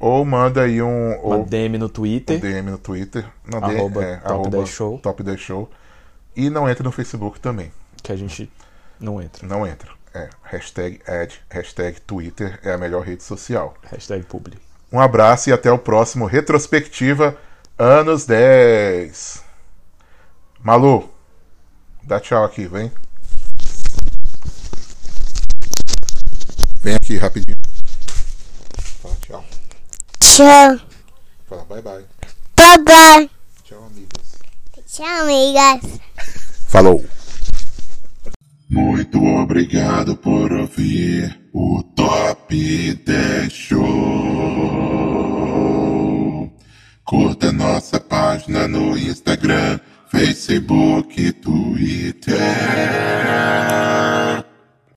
Speaker 1: Ou manda aí um ou-
Speaker 2: Uma DM no Twitter.
Speaker 1: DM no Twitter. Não,
Speaker 2: Arroba
Speaker 1: DM, é,
Speaker 2: Top 10 Show.
Speaker 1: Top 10 Show. E não entra no Facebook também.
Speaker 2: Que a gente não entra.
Speaker 1: Não entra. É, hashtag ad, hashtag Twitter é a melhor rede social.
Speaker 2: Hashtag publi.
Speaker 1: Um abraço e até o próximo Retrospectiva Anos 10. Malu, dá tchau aqui, vem. Vem aqui rapidinho. Fala tchau.
Speaker 7: Tchau.
Speaker 1: Fala bye bye.
Speaker 7: Bye bye.
Speaker 1: Tchau, amigos.
Speaker 7: Tchau, amigas.
Speaker 1: Falou.
Speaker 6: Muito obrigado por ouvir o Top 10 Show. Curta nossa página no Instagram, Facebook e Twitter.